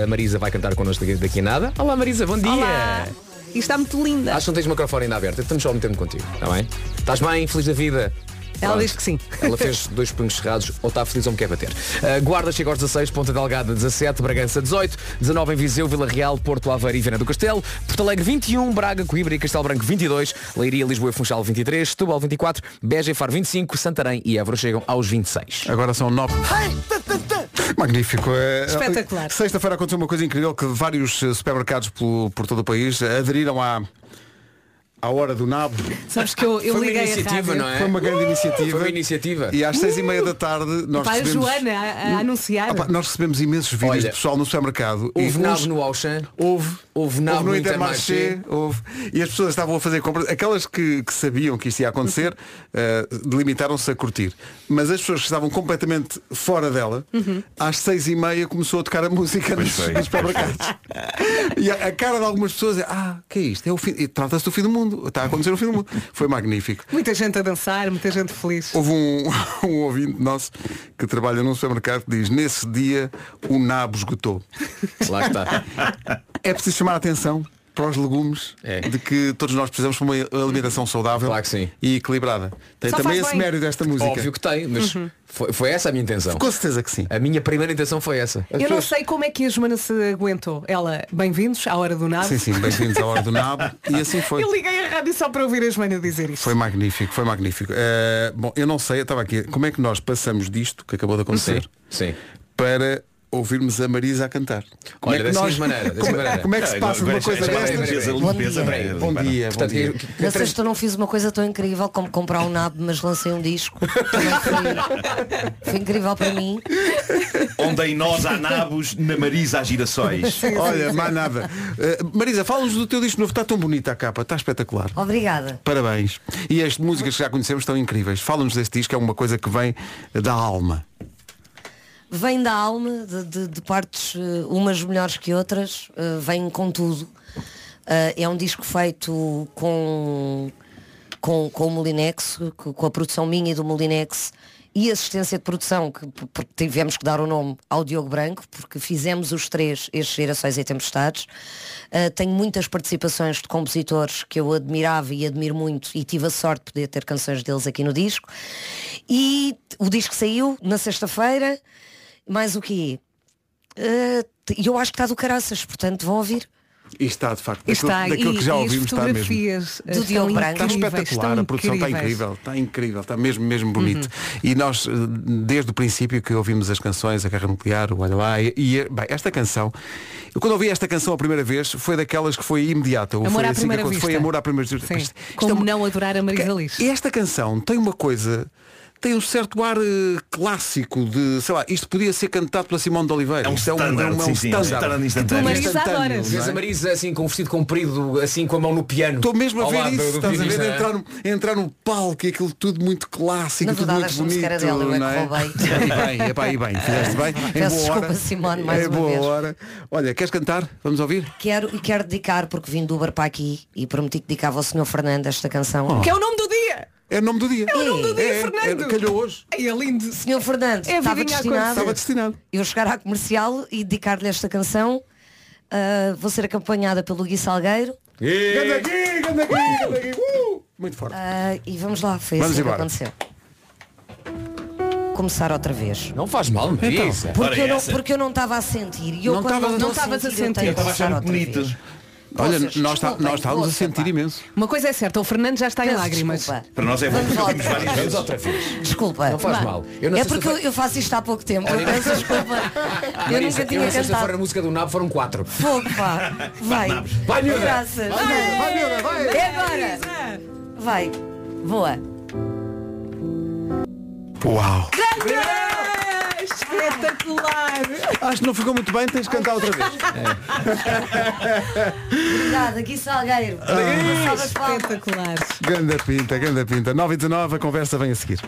S4: A Marisa vai cantar connosco daqui, daqui a nada. Olá Marisa, bom dia.
S1: Olá. E está muito linda.
S4: Acho que não tens o microfone ainda aberto, então estamos só ao mesmo tempo contigo, está bem? Estás bem, feliz da vida?
S1: Ela diz que sim.
S4: Ela fez dois punhos cerrados, ou está feliz ou me quer bater. Uh, Guarda chega aos 16, Ponta Delgada 17, Bragança 18, 19 em Viseu, Vila Real, Porto Aveiro e Viana do Castelo, Porto Alegre 21, Braga, Coimbra e Castelo Branco 22, Leiria, Lisboa e Funchal 23, Setúbal 24, Beja e Faro 25, Santarém e Évora chegam aos 26.
S2: Agora são 9.
S4: tá,
S2: Magnífico. É,
S1: Espetacular.
S2: Sexta-feira aconteceu uma coisa incrível que vários eh, supermercados pelo- por todo o país eh, aderiram à, à hora do nabo.
S1: Sabes que eu, eu
S4: Ah, Foi uma
S1: liguei a
S4: iniciativa,
S1: rádio.
S4: não é?
S2: Foi uma grande iniciativa.
S4: Foi uma iniciativa. Uh!
S2: E às seis e meia da tarde nós
S1: Pá, a
S2: recebemos...
S1: Joana a, a anunciar.
S2: Ah pá, nós recebemos imensos vídeos de pessoal no supermercado. e
S4: Houve nabo
S2: uns-
S4: no Auchan?
S2: Houve.
S4: Houve nabo
S2: Houve no
S4: no
S2: Intermarché,
S4: Intermarché?
S2: houve. E as pessoas estavam a fazer compras. Aquelas que, que sabiam que isto ia acontecer, eh, limitaram-se a curtir. Mas as pessoas que estavam completamente fora dela,
S18: Uhum.
S2: às seis e meia começou a tocar a música
S18: Pois
S2: nos,
S18: foi.
S2: nos supermercados. e a, a cara de algumas pessoas é, ah, que é isto? É o fim, e trata-se do fim do mundo. Está a acontecer o fim do mundo. Foi magnífico.
S1: Muita gente a dançar, muita gente feliz.
S2: Houve um, um ouvinte nosso que trabalha num supermercado que diz, nesse dia o nabo esgotou.
S4: Lá está.
S2: É preciso chamar a atenção para os legumes
S4: É.
S2: de que todos nós precisamos de uma alimentação saudável e equilibrada. Tem
S4: Só
S2: também
S4: faz
S2: esse
S4: bem.
S2: mérito desta música.
S4: Óbvio que É. tem, mas
S1: Uhum.
S4: foi, foi essa a minha intenção.
S2: Com certeza que sim.
S4: A minha primeira intenção foi essa. As
S1: Eu não
S4: pessoas-
S1: sei como é que a Joana se aguentou. Ela, bem-vindos à Hora do Nabo.
S2: Sim, sim, bem-vindos à Hora do Nabo. E assim foi.
S1: Eu liguei a rádio só para ouvir a Joana dizer isto.
S2: Foi magnífico, foi magnífico. Eh, bom, eu não sei, eu estava aqui. Como é que nós passamos disto que acabou de acontecer
S4: Sim.
S2: para ouvirmos a Marisa a cantar? Como
S4: Olha,
S2: é que
S4: dessa
S2: nós-
S4: mesma maneira, dessa
S2: como,
S4: maneira.
S2: como é que se
S4: Não,
S2: passa
S4: agora
S2: uma
S4: já-
S2: coisa
S4: já- já-
S2: destas?
S4: limpeza,
S2: Bom
S4: limpeza,
S2: dia,
S4: limpeza,
S2: bom
S4: limpeza.
S2: dia. bom
S4: Portanto,
S2: dia.
S17: Na sexta não fiz uma coisa tão incrível como comprar um nabo, mas lancei um disco. Também Foi, foi incrível para mim.
S13: Onde em nós há nabos, na Marisa há girassóis.
S2: Olha, mais nada. Eh, Marisa, fala-nos do teu disco novo. Está tão bonita a capa, está espetacular.
S17: Obrigada.
S2: Parabéns. E as músicas que já conhecemos estão incríveis. Fala-nos deste disco, é uma coisa que vem da alma.
S17: Vem da alma, de, de- de partes eh, umas melhores que outras, eh, vem com tudo. Eh, é um disco feito com, com, com o Molinex, co- com a produção minha e do Molinex e assistência de produção, que p- p- tivemos que dar o nome ao Diogo Branco, porque fizemos os três estes Gerações e Tempestades. Eh, tenho muitas participações de compositores que eu admirava e admiro muito e tive a sorte de poder ter canções deles aqui no disco. E o disco saiu na sexta-feira, mais o quê? Eh, t- eu acho que está do caraças, portanto vão ouvir.
S2: E está, de facto,
S17: E
S2: daquilo,
S17: está,
S2: daquilo
S17: e-
S2: que já
S17: e as
S2: ouvimos está mesmo.
S17: fotografias, eh, Do estão Diogo Branco.
S2: Está
S17: incríveis,
S2: espetacular,
S17: estão
S2: a produção está
S17: incríveis.
S2: incrível, está incrível, está mesmo, mesmo bonito.
S1: Uhum.
S2: E nós, eh, desde o princípio que ouvimos as canções, a Guerra Nuclear, o Olha Lá, e, e, bem, esta canção, eu quando ouvi esta canção a primeira vez, foi daquelas que foi imediata. ou
S1: Amor
S2: foi
S1: à
S2: assim que
S1: primeira
S2: aconteceu, Foi
S1: vista.
S2: amor à primeira vista.
S1: Sim.
S2: Isto- é
S1: Como não adorar a Marisa Liz?
S2: E esta canção tem uma coisa, tem um certo ar eh, clássico de, sei lá, isto podia ser cantado pela Simone de Oliveira. É um isto é um,
S13: standard,
S2: é um, é um
S13: sim, sim, é um
S2: standard.
S13: standard instantâneo. Tu, Marisa,
S2: Instantâneo,
S13: adoras.
S2: não é?
S4: Vês a Marisa assim com um vestido comprido, assim com a mão no piano.
S2: Estou mesmo a
S4: Ao
S2: ver
S4: lado
S2: isso,
S4: do
S2: estás a
S4: pianista,
S2: ver?
S4: não é?
S2: Entrar, no, entrar no palco e aquilo tudo muito clássico,
S17: Na
S2: tudo
S17: verdade,
S2: muito
S17: esta música
S2: bonito.
S17: era dela, eu é que
S2: não
S17: roubei.
S2: E bem, é pá, e bem, fizeste bem.
S17: Peço
S2: Em boa
S17: desculpa,
S2: hora.
S17: Simone, mais
S2: é
S17: uma
S2: boa
S17: vez.
S2: hora. Olha, queres cantar? Vamos ouvir?
S17: Quero e quero dedicar, porque vim do Uber para aqui e prometi que dedicava ao Sr. Fernando esta canção.
S2: Oh.
S1: Que é o nome do dia!
S2: É o nome do dia.
S1: É o nome do dia, Fernando.
S2: calhou hoje.
S1: Ai, é lindo.
S17: Senhor Fernando,
S1: É a
S17: estava
S1: vidinha a
S17: destinado,
S1: acontecer. Estava
S17: eu chegar à comercial e dedicar-lhe esta canção. Ah, vou ser acompanhada pelo Gui Salgueiro.
S2: Ganda aqui, ganda aqui, ganda aqui. Uh! Muito forte.
S17: Ah, e vamos lá, foi
S2: Vamos
S17: assim
S2: embora.
S17: que aconteceu. Começar outra vez.
S4: Não é faz mal, Marisa.
S2: Então.
S17: Porque eu, não, porque eu não estava a sentir. E eu
S4: Não
S17: quando
S4: tavas-
S17: não
S4: não
S17: estava a
S4: tavas a
S17: sentir. eu
S4: sentir.
S17: tenho
S4: Eu
S17: que
S4: tava a achar
S17: começar outra
S4: bonito.
S17: vez.
S2: Olha,
S17: Vocês,
S2: nós, tá-
S17: desculpem,
S2: nós estávamos a
S17: poça,
S2: sentir
S17: pá.
S2: imenso.
S1: Uma coisa é certa, o Fernando já está em
S17: Peço
S1: lágrimas.
S17: desculpa.
S13: Para nós é bom,
S17: Vamos
S13: porque
S17: lá
S13: ouvimos várias
S17: outra
S13: vezes.
S17: vez. Desculpa.
S13: Não faz
S17: Vá.
S13: mal. Eu na
S17: é porque eu,
S13: sexta-feira-
S17: eu faço isto há pouco tempo.
S4: Olha,
S17: Eu peço desculpa. Eu nunca
S4: eu
S17: tinha
S4: na sexta-feira
S17: cantado.
S4: a música do Nabo foram quatro.
S17: Fogo, pá. Vai.
S4: Nabos. Vai, miúda.
S17: Graças.
S4: Vai, miúda, vai, miúda, vai.
S17: É agora. Vai. Boa.
S2: Uau!
S1: É Espetacular!
S2: Acho que não ficou muito bem, tens de cantar outra vez.
S17: Obrigada. Aqui Salgueiro.
S2: Ah.
S17: Salve as palmas.
S2: Ganda pinta, ganda pinta. 9 e 19, a conversa vem a seguir.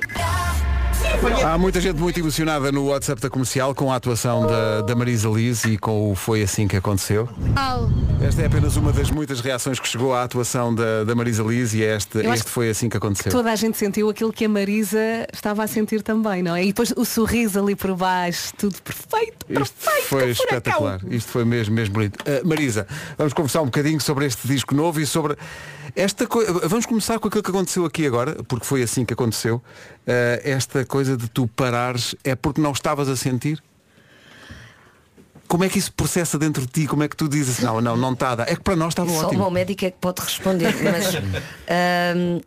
S2: Há muita gente muito emocionada no WhatsApp da comercial com a atuação da, da Marisa Liz e com o Foi Assim que Aconteceu. Esta é apenas uma das muitas reações que chegou à atuação da, da Marisa Liz e é este,
S1: Eu acho
S2: este foi assim que aconteceu.
S1: Toda a gente sentiu aquilo que a Marisa estava a sentir também, não é? E depois o sorriso ali por baixo, tudo perfeito.
S2: Isto foi espetacular. Isto foi mesmo, mesmo bonito. Ah, Marisa, vamos conversar um bocadinho sobre este disco novo e sobre esta coisa. Vamos começar com aquilo que aconteceu aqui agora, porque foi assim que aconteceu. Ah, esta coisa de tu parares é porque não estavas a sentir? Como é que isso processa dentro de ti? Como é que tu dizes, não, não, não está a dar? É que para nós estava
S17: Só
S2: ótimo.
S17: o meu médico é que pode responder, mas hum,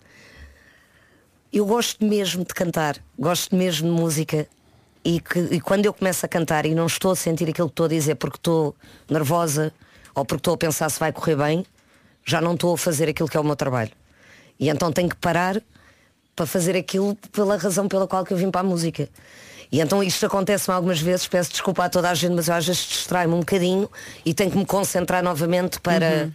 S17: eu gosto mesmo de cantar, gosto mesmo de música e, que, e quando eu começo a cantar e não estou a sentir aquilo que estou a dizer porque estou nervosa ou porque estou a pensar se vai correr bem, já não estou a fazer aquilo que é o meu trabalho. E então tenho que parar para fazer aquilo pela razão pela qual que eu vim para a música. E então isto acontece-me algumas vezes, peço desculpa a toda a gente, mas eu às vezes distrai-me um bocadinho e tenho que me concentrar novamente para.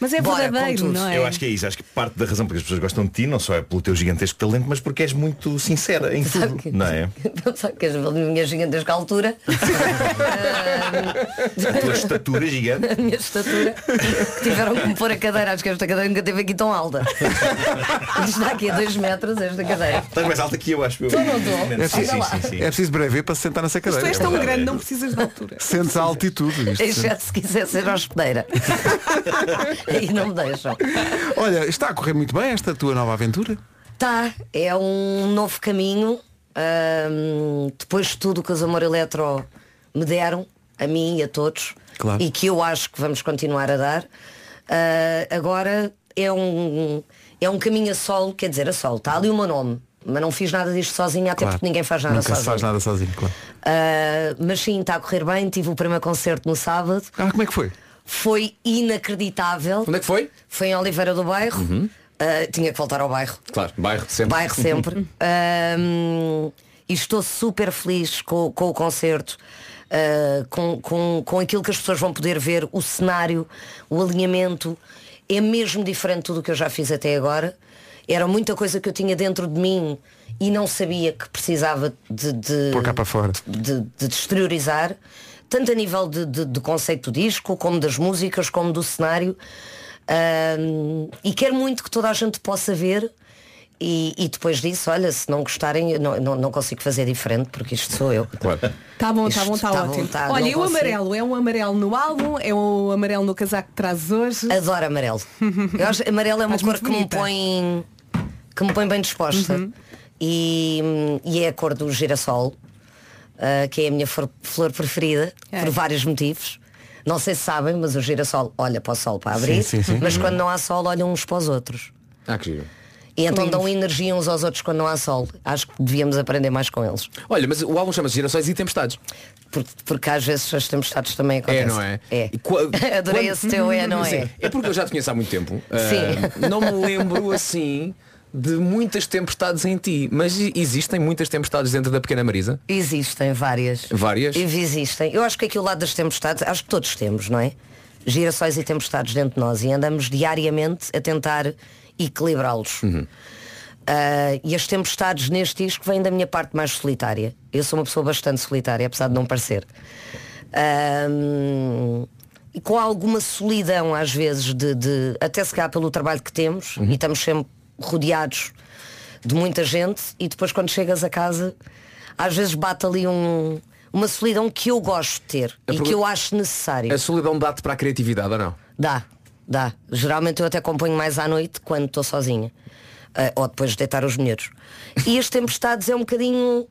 S1: Mas é
S17: Bora,
S1: verdadeiro,
S17: com tudo.
S1: não é?
S13: Eu acho que é isso, acho que parte da razão porque as pessoas gostam de ti não só é pelo teu gigantesco talento, mas porque és muito sincera em
S17: Sabe
S13: tudo,
S17: que-
S13: não é?
S2: Uhum.
S17: Sabe que as minhas gigantesca altura,
S13: A tua estatura é gigante.
S17: a minha estatura, que tiveram que me pôr a cadeira, acho que esta cadeira nunca teve aqui tão alta. Isto Está aqui a 2 metros esta cadeira.
S13: Estás mais alta que eu, acho eu.
S17: Estou, não estou?
S13: Sim,
S2: É
S13: sim,
S2: preciso,
S13: sim, sim.
S2: é preciso brevet para se sentar nessa cadeira.
S1: Tu és é tão grande, não precisas de altura.
S2: Sentes a altitude. Isto.
S17: Exceto se quiser ser hospedeira. e não me deixam.
S2: Olha, está a correr muito bem esta tua nova aventura.
S17: Tá, é um novo caminho. Ahm, depois de tudo o que os Amor Eletro me deram, a mim e a todos,
S2: Claro.
S17: e que eu acho que vamos continuar a dar, ah, agora é um, é um caminho a solo, quer dizer, a solo. Está ali o meu nome, mas não fiz nada disto sozinha, até
S2: Claro.
S17: porque ninguém faz nada
S2: Nunca se
S17: sozinho.
S2: faz nada sozinho, claro.
S17: Ah, mas sim, está a correr bem, tive o primeiro concerto no sábado.
S2: Ah, como é que foi?
S17: Foi inacreditável.
S4: Onde é que foi?
S17: Foi em Oliveira do Bairro.
S2: Uhum.
S17: Ah, tinha que voltar ao bairro.
S4: Claro, bairro sempre.
S17: Bairro sempre. Ahm, e estou super feliz com, com o concerto, ah, com, com, com aquilo que as pessoas vão poder ver, o cenário, o alinhamento. É mesmo diferente de tudo o que eu já fiz até agora. Era muita coisa que eu tinha dentro de mim e não sabia que precisava de, de,
S2: Pôr cá para fora.
S17: de, de exteriorizar, tanto a nível de, de- de conceito do disco, como das músicas, como do cenário. Ahm, e quero muito que toda a gente possa ver. E, e depois disso, olha, se não gostarem, eu não, não, não consigo fazer diferente, porque isto sou eu.
S1: Tá bom,
S17: Isto
S1: tá bom, tá,
S17: tá bom,
S1: ótimo.
S17: tá,
S1: Olha,
S17: não
S1: e o
S17: consigo.
S1: amarelo? É um amarelo no álbum? É um amarelo no casaco que trazes hoje?
S17: Adoro amarelo. Eu acho- amarelo é uma
S1: Estás
S17: cor
S1: muito
S17: que
S1: bonita.
S17: me põe que me põe bem disposta. E, e é a cor do girassol, ah, que é a minha flor, flor preferida,
S1: É.
S17: por vários motivos. Não sei se sabem, mas o girassol olha para o sol para abrir,
S4: Sim, sim, sim.
S17: mas quando não há sol olham uns para os outros.
S4: Ah, que giro.
S17: E então
S4: Lindo.
S17: dão energia uns aos outros quando não há sol. Acho que devíamos aprender mais com eles.
S4: Olha, mas o álbum chama-se Gerações e Tempestades.
S17: Porque, porque às vezes as tempestades também
S4: É,
S17: acontecem.
S4: não é?
S17: É.
S4: E qua-
S17: Adorei
S4: quando-
S17: esse teu é, não é?
S4: Sim, É porque eu já te conheço há muito tempo.
S17: Sim.
S4: Ah, não me lembro assim de muitas tempestades em ti, mas e- existem muitas tempestades dentro da pequena Marisa?
S17: Existem várias.
S4: Várias?
S17: E Existem. Eu acho que aqui o lado das tempestades, acho que todos temos, não é? Girassóis e tempestades dentro de nós e andamos diariamente a tentar equilibrá-los. Ah, e as tempestades neste disco vêm da minha parte mais solitária. Eu sou uma pessoa bastante solitária, apesar de não parecer. Ahm, e com alguma solidão às vezes de, de- até se calhar pelo trabalho que temos e estamos sempre rodeados de muita gente e depois quando chegas a casa às vezes bate ali um, uma solidão que eu gosto de ter
S4: A
S17: e
S4: pergu-
S17: que eu acho necessário.
S4: A solidão dá-te para a criatividade ou não?
S17: Dá, dá. Geralmente eu até componho mais à noite quando estou eh, sozinha. Ah, ou depois de deitar os meninos. E as tempestades é um bocadinho.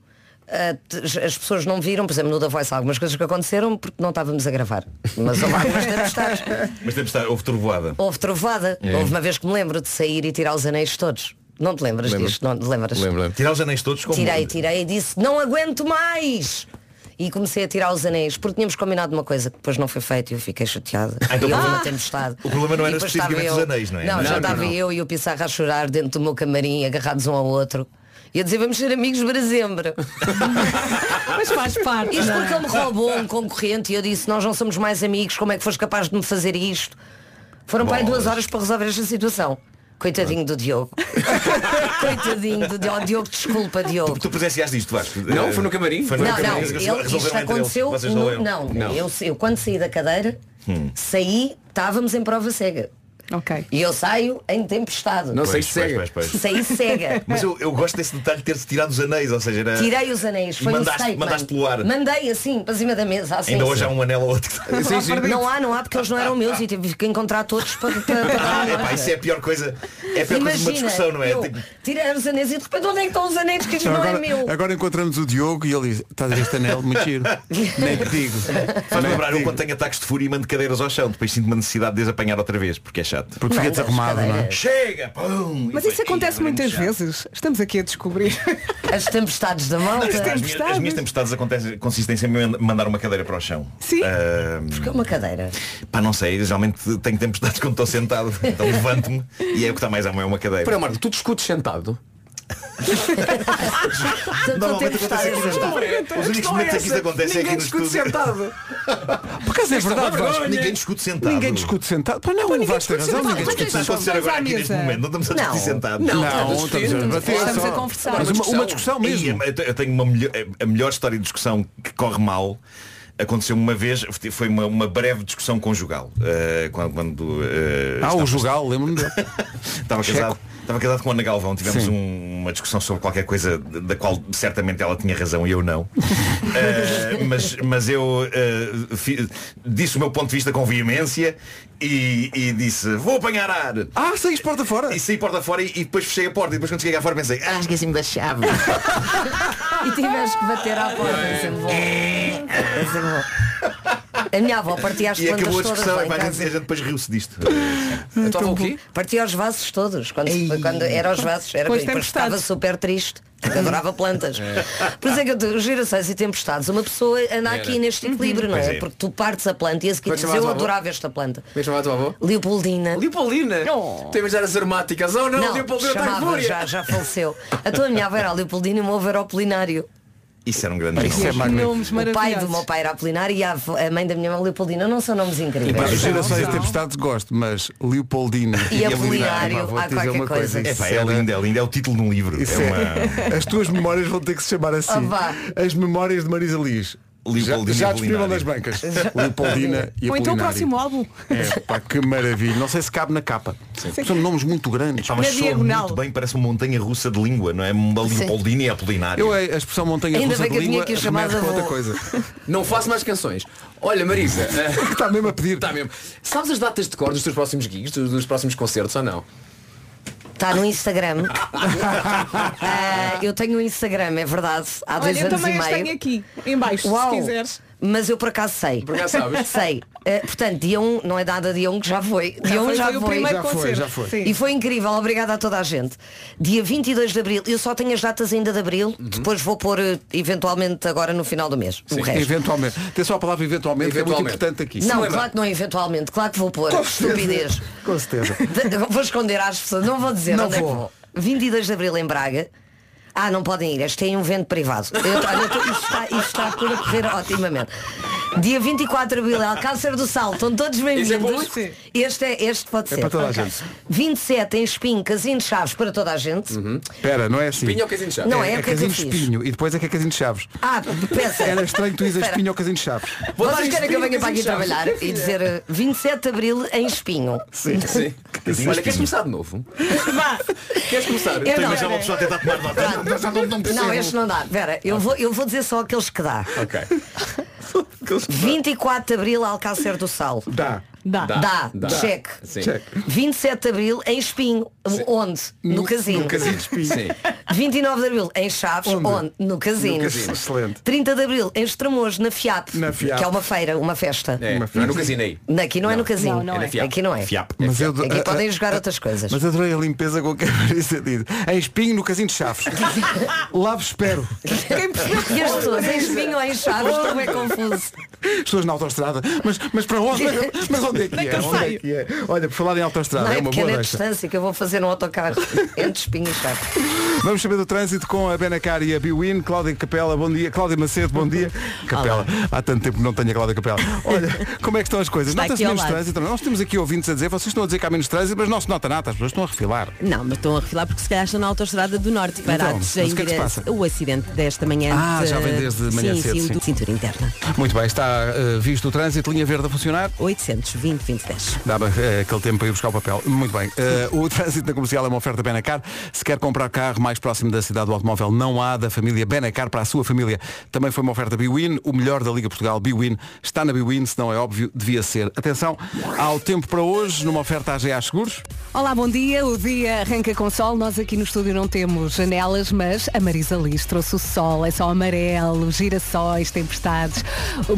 S17: ah, t- as pessoas não viram, por exemplo, no Da Voice há algumas coisas que aconteceram porque não estávamos a gravar. Mas houve algumas tempestades.
S13: Mas temos de estar, houve trovoada.
S17: Houve trovada.
S13: É.
S17: Houve uma vez que me lembro de sair e tirar os anéis todos. Não te lembras
S13: Lembro.
S17: disto? Não te lembras?
S13: Tirar os anéis todos como.
S17: Tirei, tirei e disse, não aguento mais! E comecei a tirar os anéis, porque tínhamos combinado uma coisa que depois não foi feita e eu fiquei chateada.
S13: Ah, então
S17: e houve
S13: o problema-
S17: uma tempestade.
S13: o problema não
S17: E
S13: era
S17: depois
S13: especificamente
S17: estava
S13: os anéis, não é?
S17: Não,
S13: Não,
S17: já
S13: não,
S17: estava
S13: não.
S17: eu e o Pissarra a chorar dentro do meu camarim, agarrados um ao outro. E a dizer, vamos ser amigos para sempre.
S14: Mas faz parte.
S17: Isto
S14: não é?
S17: porque ele me roubou um concorrente e eu disse, nós não somos mais amigos, como é que foste capaz de me fazer isto? Foram para aí duas horas para resolver esta situação. Coitadinho do Diogo. Coitadinho do Diogo. Diogo, desculpa, Diogo.
S13: Tu presenciaste isto, Vasco?
S4: Não, foi no camarim.
S13: Foi no
S17: Não, não,
S13: camarim.
S17: ele, isto
S13: Resolveram entre eles.
S17: aconteceu.
S13: Vocês
S17: no-
S13: leram?
S17: não, Eu, eu quando saí da cadeira,
S13: Hum.
S17: saí, estávamos em prova cega.
S14: Ok.
S17: E eu saio em tempestade.
S13: Não saíste
S4: é.
S13: Pois, cega. pois, pois, pois.
S17: Saí cega.
S13: Mas eu, eu gosto desse detalhe de ter-se tirado os anéis, ou seja, era...
S17: Tirei os anéis,
S13: E
S17: foi um
S13: mandaste-
S17: statement.
S13: mandaste pelo ar.
S17: Mandei assim, para cima da mesa. Assim,
S13: Ainda hoje há um anel ou outro. que-
S17: Não há, não há, porque eles não eram meus e tive que encontrar todos para, para, para dar
S13: Ah,
S17: a
S13: epá,
S17: nota.
S13: isso é a pior coisa. É a pior coisa de uma
S17: Imagina,
S13: discussão, não é?
S17: eu
S13: Tipo,
S17: Tirei os anéis e de repente onde é que estão os anéis que isto
S2: Então
S17: não
S2: agora,
S17: é meu?
S2: agora encontramos o Diogo e ele diz, estás a ver este anel? Muito giro. Nem que digo.
S13: Faz lembrar, eu quando tenho ataques de fúria e mando cadeiras ao chão, depois sinto uma necessidade de as apanhar outra vez, porque é chato.
S2: Porque fica desarrumado, não é?
S13: Chega, pum!
S14: Mas isso acontece muitas vezes. Estamos aqui a descobrir.
S17: As tempestades da malta.
S13: As minhas, as minhas tempestades acontecem, consistem sempre em mandar uma cadeira para o chão.
S14: Sim.
S17: Porque é uma cadeira.
S13: Pá, não sei, geralmente tenho tempestades quando estou sentado. Então levanto-me e é o que está mais à mão, é uma cadeira.
S4: Espera, Marco, tu discutes sentado?
S13: Normalmente acontece aqui no estado. Os únicos momentos em que isso acontece é aqui no estúdio.
S2: Por acaso é
S13: Isto é uma
S2: verdade, Vasco,
S13: vergonha. Ninguém discute sentado.
S2: Ninguém discute sentado. Pá, não, o Vasco tem razão, ninguém discute
S13: Está a
S2: sentado.
S13: acontecer agora aqui neste momento. Não estamos a discutir sentado.
S2: Não, não, estamos a debater só. Mas uma, uma discussão mesmo.
S13: Ei, eh, eu te- eu tenho uma melhor- a melhor história de discussão que corre mal. Aconteceu uma vez, foi uma, uma breve discussão conjugal. eh, quando, quando, eh,
S2: Ah, o
S13: estava-
S2: Jugal, lembro-me dele.
S13: Estava casado, estava casado com a Ana Galvão, tivemos
S2: Sim.
S13: um- uma discussão sobre qualquer coisa de- da qual certamente ela tinha razão e eu não. Eh, mas, mas eu eh, fi- disse o meu ponto de vista com veemência e, e disse, vou apanhar ar.
S2: Ah, saíste porta fora?
S13: E saí porta fora e, e depois fechei a porta e depois quando cheguei cá fora pensei, ah, esqueci-me da chave.
S17: E tiveste que bater à porta. É sempre bom. É sempre bom. A minha avó partia as
S13: e
S17: plantas
S13: acabou a
S17: todas
S13: discussão,
S17: lá
S13: e
S17: em
S13: a gente,
S17: casa.
S13: a gente depois riu-se disto.
S17: Então, Partia os vasos todos. Quando, quando era os vasos, era
S14: Pois
S17: que depois
S14: tempestades.
S17: estava super triste. porque Adorava plantas. Por isso é que eu digo, gerações e tempestades, uma pessoa anda
S4: Era.
S17: aqui neste equilíbrio, não
S4: Pois
S17: é?
S4: é.
S17: Porque tu partes a planta e a seguir
S4: Como é que
S17: dizes,
S4: chamava a
S17: eu
S4: tua avó?
S17: adorava esta planta.
S4: Como é que chamava a tua avó?
S17: Leopoldina.
S4: Leopoldina? Oh. Tem as aromáticas. Oh não, Leopoldina está em
S17: chamava,
S4: fúria.
S17: já, já faleceu. A tua minha avó era a Leopoldina e o meu avô era o Polinário.
S13: Isso era um grande
S2: Isso é magnífico.
S17: O pai do meu pai era Apolinário e a, avó- a mãe da minha mãe Leopoldina. Não são nomes incríveis.
S2: Epá,
S13: é
S2: Gerações de tempestades gosto, mas Leopoldina
S17: E Apolinário,
S2: Epá, vou-te
S17: há
S2: dizer
S17: qualquer
S2: uma
S17: coisa.
S2: isso
S13: Epá, é
S2: era-
S13: lindo, é lindo, é o título de um livro.
S2: isso
S13: é
S2: é-
S13: uma...
S2: As tuas memórias vão ter que se chamar assim.
S17: Ah, vá.
S2: As memórias de Marisa Liz.
S13: Leopoldina
S2: já já
S13: e
S2: disponível nas
S13: Apolinário.
S2: bancas. Leopoldina e
S14: Ou então o
S2: Apolinário.
S14: próximo álbum.
S2: É, pá, que maravilha. Não sei se cabe na capa. São nomes muito grandes.
S13: Pá, mas soa muito bem, parece uma montanha russa de língua, não é? Uma
S17: Sim.
S13: Leopoldina e Apolinário. Então,
S2: Eu é a a expressão montanha
S17: Ainda
S2: russa
S17: bem
S2: de
S17: que eu tinha
S2: língua
S17: aqui a chamada
S2: remete para outra
S17: avó.
S2: coisa.
S4: Não faço mais canções. Olha, Marisa. eh,
S2: Está mesmo a pedir.
S4: Está mesmo. Sabes as datas de cor dos teus próximos gigs, dos, dos próximos concertos ou não?
S17: Está Tá no Instagram. Ah, eu tenho um Instagram, é verdade. Há dois
S14: Olha, eu
S17: anos
S14: também
S17: e
S14: as
S17: meio.
S14: tenho aqui, em baixo,
S17: Uau.
S14: se quiseres.
S17: Mas eu por acaso sei.
S4: Por acaso sabes?
S17: Sei. Ah, portanto, dia 1, não é nada dia 1 que já foi.
S14: Já
S17: Dia 1
S14: foi,
S17: já
S14: foi o
S17: foi.
S14: primeiro Já foi, concerto. já foi. Sim.
S17: E foi incrível, obrigada a toda a gente. Dia 22 de Abril, eu só tenho as datas ainda de Abril, depois vou pôr eh, eventualmente agora no final do mês. O resto.
S2: Eventualmente. Tem só a palavra eventualmente, que é muito
S4: Eventualmente.
S2: importante aqui.
S17: Não, claro que não é eventualmente, claro que vou pôr.
S2: Com certeza.
S17: Estupidez.
S2: Com certeza.
S17: De- Vou esconder às pessoas, não vou dizer
S2: Não
S17: onde é que
S2: vou.
S17: vou. 22 de Abril em Braga. Ah, não podem ir, este tem um vento privado. Eu, olha, eu tô- isto, está, isto está tudo a correr otimamente. Dia 24 de Abril, é Alcácer do Sal, estão todos bem-vindos.
S14: Isso é bom?
S17: Este, é, este pode
S2: É
S17: ser.
S2: para toda a
S17: Ok.
S2: gente.
S17: 27 em Espinho, Casinho de Chaves para toda a gente.
S2: Espera, não é assim.
S4: Espinho ou casinho de chaves?
S17: Não, é o que é que eu
S2: casinho de
S17: fiz.
S2: espinho e depois é que é casinho de chaves.
S17: Ah, peça.
S2: Era estranho tu dizes
S17: Espera.
S2: espinho ou casinho de chaves.
S17: Vocês querem que eu venha para aqui
S4: Casinho de Chaves.
S17: trabalhar e dizer eh, 27 de Abril em Espinho.
S2: Sim.
S4: Sim. Olha, queres começar de novo? Queres começar?
S17: Eu
S13: Estou a
S17: não,
S13: imaginar uma pessoa a tentar tomar nota.
S17: Não, este não dá. Vera, eu vou, eu vou dizer só aqueles que dá.
S13: Ok.
S17: 24 de Abril, Alcácer do Sal.
S2: Dá.
S17: Dá. Dá.
S4: Dá.
S17: Cheque.
S4: Sim. Cheque.
S17: 27 de Abril em Espinho. Onde? No, casino.
S4: no Casino de Espinho. Sim.
S17: 29 de Abril em Chaves. Onde? No casino.
S4: No Casino. Excelente.
S17: 30 de Abril em Estremoz, na FIAP.
S2: Na FIAP.
S17: Que é uma feira, uma festa.
S4: É, Uma feira. não é no casino aí.
S17: Aqui não, é
S4: Não.
S17: no casino.
S4: Não, não É na é. FIAP.
S17: Aqui não é.
S4: FIAP.
S2: Mas eu-
S17: Aqui
S2: a-
S17: podem
S2: a-
S17: jogar outras coisas.
S2: Mas adorei a é limpeza com que a Marisa diz. Em É espinho no casinho de chaves. Lá vos espero.
S17: E as pessoas em Espinho ou em Chaves estão é confuso.
S2: As pessoas na autostrada. Mas, mas para onde? Mas onde é que
S17: Onde é que
S2: é?
S17: eu
S2: Onde é
S17: saio?
S2: que é? Olha, por falar em autostrada,
S17: Não
S2: é
S17: é
S2: uma boa
S17: pequena
S2: deixa.
S17: distância que eu vou fazer um autocarro entre Espinho e Chaves.
S2: Vamos saber do trânsito com a Benacar e a Biwin. Cláudia Capela, bom dia. Cláudia Macedo, bom dia. Capela, há tanto tempo que não tenho a Cláudia Capela. Olha, como é que estão as coisas?
S18: Está
S2: Nota-se
S18: aqui ao
S2: menos
S18: lado.
S2: trânsito? Nós temos aqui ouvintes a dizer, vocês estão a dizer que há menos trânsito, mas não se nota nada, as pessoas estão a refilar.
S18: Não, mas estão a refilar porque se calhar estão na autostrada do Norte parados
S2: mas
S18: em
S2: o que é que se
S18: direção-
S2: passa?
S18: o acidente desta manhã.
S2: Ah,
S18: de-
S2: já vem desde manhã
S18: sim,
S2: cedo,
S18: Sim,
S2: sim.
S18: do- cintura interna.
S2: Muito bem, está eh, visto o trânsito, linha verde a funcionar?
S18: 820, 2010.
S2: Dava eh, aquele tempo para ir buscar o papel. Muito bem. Eh, o trânsito na comercial é uma oferta Benacar. Se quer comprar carro mais próximo da cidade do automóvel, não há da família Benacar para a sua família. Também foi uma oferta Biwin, o melhor da Liga Portugal. Biwin está na Biwin, se não é óbvio, devia ser. Atenção ao tempo para hoje, numa oferta AGA Seguros.
S1: Olá, bom dia. O dia arranca com sol. Nós aqui no estúdio não temos janelas, mas a Marisa Liz trouxe o sol. É só amarelo, girassóis, tempestades.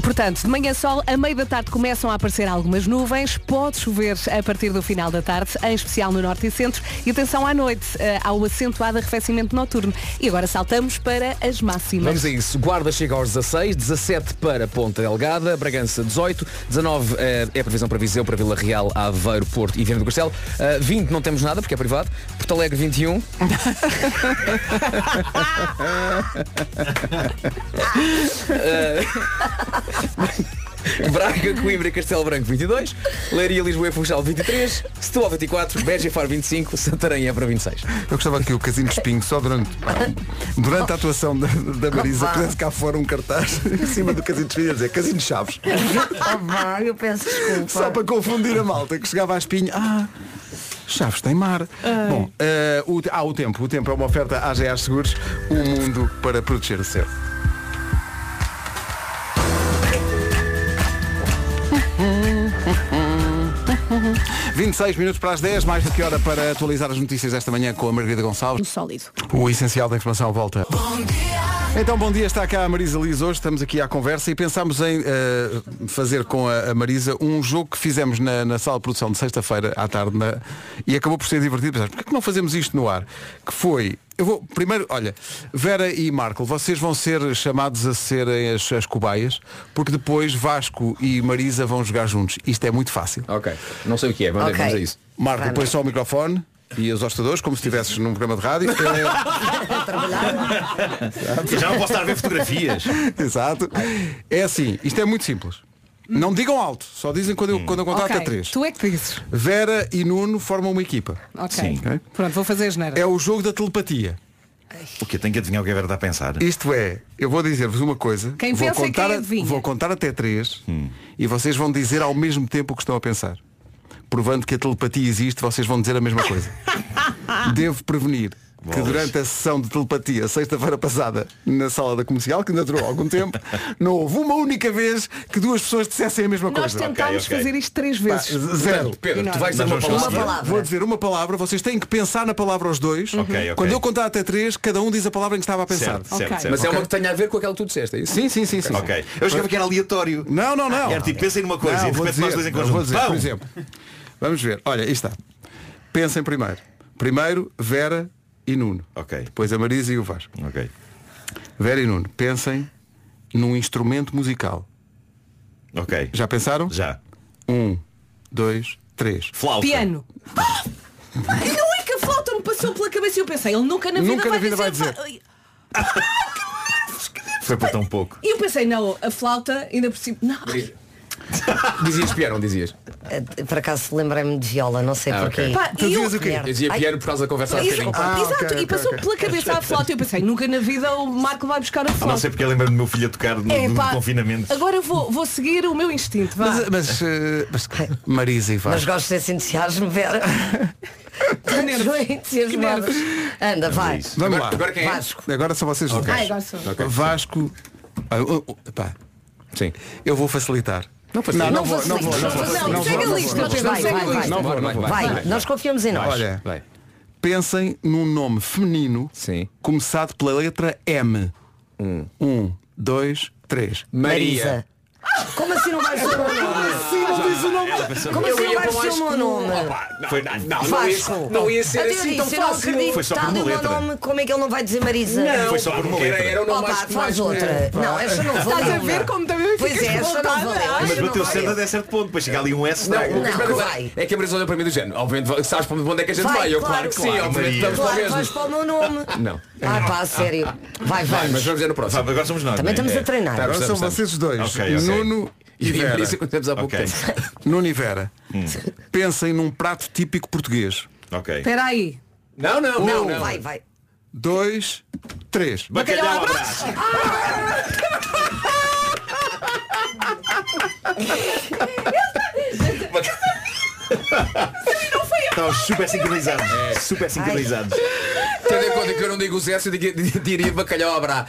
S1: Portanto, de manhã sol, a meio da tarde começam a aparecer algumas nuvens. Pode chover a partir do final da tarde, em especial no norte e centro. E atenção à noite, eh, ao acentuado arrefecimento noturno. E agora saltamos para as máximas.
S4: Vamos a isso. Guarda chega aos 16, 17 para Ponta Delgada, Bragança 18, 19 eh, é a previsão para Viseu, para Vila Real, Aveiro, Porto e Viana do Castelo. Eh, 20 não temos nada porque é privado. Porto Alegre 21. Eh, Braga, Coimbra e Castelo Branco 22, Leiria, Lisboa e Funchal 23, Setúbal 24, Beja e Faro 25, Santarém é para 26.
S2: Eu gostava que o Casino de Espinho, só durante, durante a atuação da, da Marisa, pudesse cá fora um cartaz em cima do Casino de Espinho a dizer Casino de Chaves.
S17: Ah, vá, eu peço desculpa.
S2: Só para confundir a malta que chegava a espinho. Ah, Chaves tem mar.
S17: Ai.
S2: Bom, eh, o, te- ah, o tempo. O tempo é uma oferta à GA Seguros, o mundo para proteger o seu.
S8: Uhum.
S2: 26 minutos para as 10, mais do que hora para atualizar as notícias desta manhã com a Margarida
S17: Um
S2: Gonçalves.
S18: Sólido.
S2: O essencial da informação volta. Então, bom dia, está cá a Marisa Liz hoje, estamos aqui à conversa e pensámos em eh, fazer com a, a Marisa um jogo que fizemos na, na sala de produção de sexta-feira à tarde na- e acabou por ser divertido. Pensámos, porquê que não fazemos isto no ar? Que foi, eu vou, primeiro, olha, Vera e Marco, vocês vão ser chamados a serem as, as cobaias, porque depois Vasco e Marisa vão jogar juntos. Isto é muito fácil.
S4: Ok, não sei o que é,
S2: vamos
S4: vamos,
S2: ver,
S4: vamos a isso.
S2: Marco, depois só o microfone e os hostadores, como se estivesses num programa de rádio.
S13: Eu já não posso estar a ver fotografias.
S2: Exato. É assim, isto é muito simples. Não digam alto, só dizem quando eu, quando eu contar
S1: Ok,
S2: até três.
S1: Tu é que dizes.
S2: Vera e Nuno formam uma equipa.
S1: Ok. Pronto, vou fazer a geneira.
S2: É o jogo da telepatia.
S13: O que eu tenho que adivinhar o que a Vera está a pensar.
S2: Isto é, eu vou dizer-vos uma coisa.
S1: Quem
S2: vou
S1: pensa é quem
S2: contar,
S1: adivinha.
S2: Vou contar até três e vocês vão dizer ao mesmo tempo o que estão a pensar. Provando que a telepatia existe, vocês vão dizer a mesma coisa. Devo prevenir que
S13: Bolas.
S2: durante a sessão de telepatia, sexta-feira passada, na sala da comercial, que ainda durou algum tempo, não houve uma única vez que duas pessoas dissessem a mesma
S1: Nós
S2: coisa.
S1: tentámos fazer isto três vezes.
S2: Pá, zero.
S1: E nós-
S2: Vou dizer uma palavra, vocês têm que pensar na palavra os dois.
S4: Ok, ok.
S2: Quando eu contar até três, cada um diz a palavra em que estava a pensar.
S13: Certo, certo, certo.
S4: Mas é
S2: Ok?
S4: uma que tenha a ver com aquela que tu disseste, é isso?
S2: Sim, sim, sim, sim.
S13: Ok. Eu achava que era aleatório.
S2: Não, não, não.
S13: Era tipo, pensem numa coisa
S2: Não,
S13: e de
S2: vou
S13: repente nós dois em
S2: dizer,
S13: conjunto.
S2: vou dizer,
S13: Pau!
S2: por exemplo. Vamos ver. Olha, aí está. Pensem primeiro. Primeiro, Vera e Nuno.
S13: Ok.
S2: Depois a Marisa e o Vasco.
S13: Ok.
S2: Vera e Nuno, pensem num instrumento musical.
S13: Ok.
S2: Já pensaram?
S13: Já.
S2: Um, dois, três.
S13: Flauta.
S14: Piano. Não é que a flauta me passou pela cabeça e eu pensei, ele nunca na vida,
S2: Nunca
S14: vai,
S2: na vida vai
S14: dizer,
S13: Foi por tão pouco.
S14: E eu pensei, não, a flauta ainda por cima. Não.
S4: Dizias piano, não dizias?
S17: Eh, Por acaso lembrei-me de viola, não sei
S4: Ah,
S17: porquê.
S4: ok. Pá, Tu dizias eu- o quê? Eu dizia
S17: Ai,
S4: piano por causa da conversa há
S14: Exato,
S4: bocadinho. Ah,
S14: exato.
S4: ok,
S14: e
S4: ok,
S14: passou
S4: ok.
S14: pela cabeça a flauta e eu pensei, nunca na vida o Marco vai buscar a
S13: Ah, não
S14: flauta.
S13: sei porque eu lembro-me do meu filho a tocar no,
S14: É,
S13: no
S14: pá,
S13: confinamento.
S14: Agora vou, vou seguir o meu instinto. Vá.
S2: Mas, mas, eh, mas- Marisa e
S17: Mas
S2: Vasco.
S17: gosto desse entusiasmo, Vera. Entusiasmados. Anda, vai.
S2: Vamos lá.
S13: é?
S17: Vasco.
S2: Agora são vocês dois.
S17: Ok. Ah, agora sou eu.
S2: Ok. Vasco. Ah, oh, oh, pá. Sim. Eu vou facilitar. Não faz- Não, não vou, não vou, não vou, não
S17: segue
S2: vou,
S17: a lista,
S2: não vou,
S17: Pedro,
S2: não
S17: segue a
S2: vou,
S17: lista.
S2: não vou, não vou.
S17: Vai, nós confiamos em nós.
S2: Olha, pensem num nome feminino começado pela letra M. Um, dois, três.
S17: Marisa. Como assim não vai ser o meu nome? Como assim não diz o nome? Como
S8: Eu
S17: assim não
S8: ia
S17: vai
S8: para o
S17: ser o meu
S8: Vasco.
S17: nome?
S13: Foi, não, não, não, ia,
S17: Vasco.
S13: não ia
S17: Até
S13: ser
S17: eu
S13: assim
S17: disse,
S13: tão
S17: eu não
S13: fácil.
S17: acredito.
S13: Foi só
S17: Está
S13: por
S17: ali
S13: uma
S17: o meu
S13: letra.
S17: nome, como é que ele não vai dizer Marisa?
S13: Não, Foi só por uma letra.
S17: Opa, faz outra. Não, esta não vou.
S14: Estás a ver como também
S17: Pois
S14: ficas
S17: é, esta não
S14: revoltada?
S17: valeu.
S14: Ai,
S13: Mas
S14: não
S13: bateu
S14: vai.
S13: certo até certo ponto, depois chega ali um S.
S4: Não, o que espera dizer É que a Marisa olhou para mim do género. Obviamente, sabes para onde é que a gente vai? Eu, claro, que sim, obviamente, estamos lá
S17: Claro,
S4: mesmo.
S17: vais para o meu nome.
S4: Não.
S17: Ah, pá, a sério. Vai,
S4: Vai,
S17: vamos.
S4: mas vamos ver no próximo.
S13: Agora somos nós. é?
S17: Também estamos a treinar.
S2: Agora são vocês os dois. Nuno e Vera. Nuno e Vera. Pensem num prato típico português.
S13: Ok.
S14: Espera aí.
S4: Não, não,
S14: não,
S2: Um,
S14: não.
S17: Vai, vai.
S2: Dois, três.
S13: Bacalhau à brás. Estamos super sincronizados.
S2: É.
S13: Super sincronizados.
S4: Tendo em conta que eu não digo o Zé, eu digo- diria bacalhau à brá.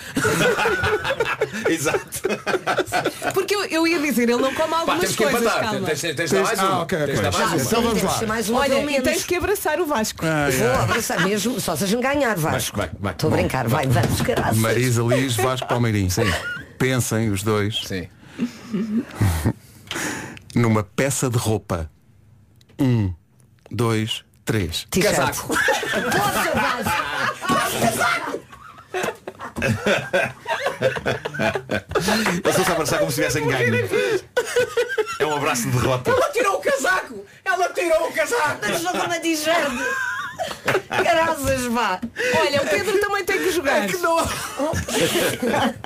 S13: Exato.
S14: Porque eu, eu ia dizer, ele não come algumas
S4: temos que
S14: coisas,
S4: empatar.
S14: calma.
S4: Tens- tens- tens de dar mais
S2: Ah,
S4: uma.
S2: ok,
S4: Tens de
S2: ok.
S4: dar mais
S2: Já,
S4: uma.
S2: então vamos Temos lá. de ser
S17: mais uma, pelo
S14: Olha, e
S17: menos.
S14: tens que abraçar o Vasco.
S17: Vou abraçar mesmo, só se a gente ganhar, Vasco. Estou a brincar, vai, vamos, caralho.
S2: Marisa Liz, Vasco Palmeirim. Sim. Pensem os dois. Sim. numa peça de roupa. Um, dois, três.
S4: Casaco.
S17: Posso, Vasco?
S13: Eles estão a abraçar como se tivessem ganho. É um abraço de derrota.
S4: Ela tirou o casaco! Ela tirou o casaco!
S17: Deixa-me uma digerde. Graças, vá.
S14: Olha, o Pedro também tem que jogar.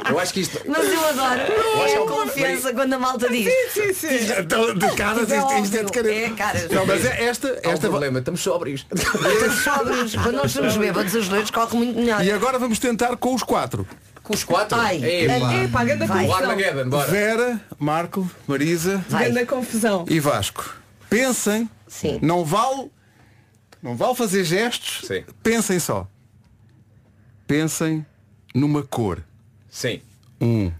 S4: Eu acho que isto. é
S17: Mas eu adoro.
S4: Eu acho
S17: É
S4: que é
S17: a
S4: um-
S17: confiança quando a malta diz.
S14: Sim, sim.
S2: Então, de caras,
S17: Isto é
S2: isto, isto é de
S17: óbvio.
S2: caras.
S17: É, caras.
S2: Não, mas é esta,
S4: Há um
S2: esta
S4: problema, estamos sóbrios.
S17: Estamos sóbrios. Quando nós estamos bêbados, os dois correm muito melhor.
S2: E agora vamos tentar com os quatro.
S4: Com os quatro? É
S17: Ai.
S14: Epá, ganda
S4: O
S14: confusão.
S4: Armageddon, bora.
S2: Vera, Marco, Marisa
S14: Ganda confusão.
S2: e Vasco. Pensem,
S17: Sim.
S2: não vale, não vale fazer gestos,
S4: Sim.
S2: pensem só. Pensem numa cor.
S4: Sim.
S2: Um,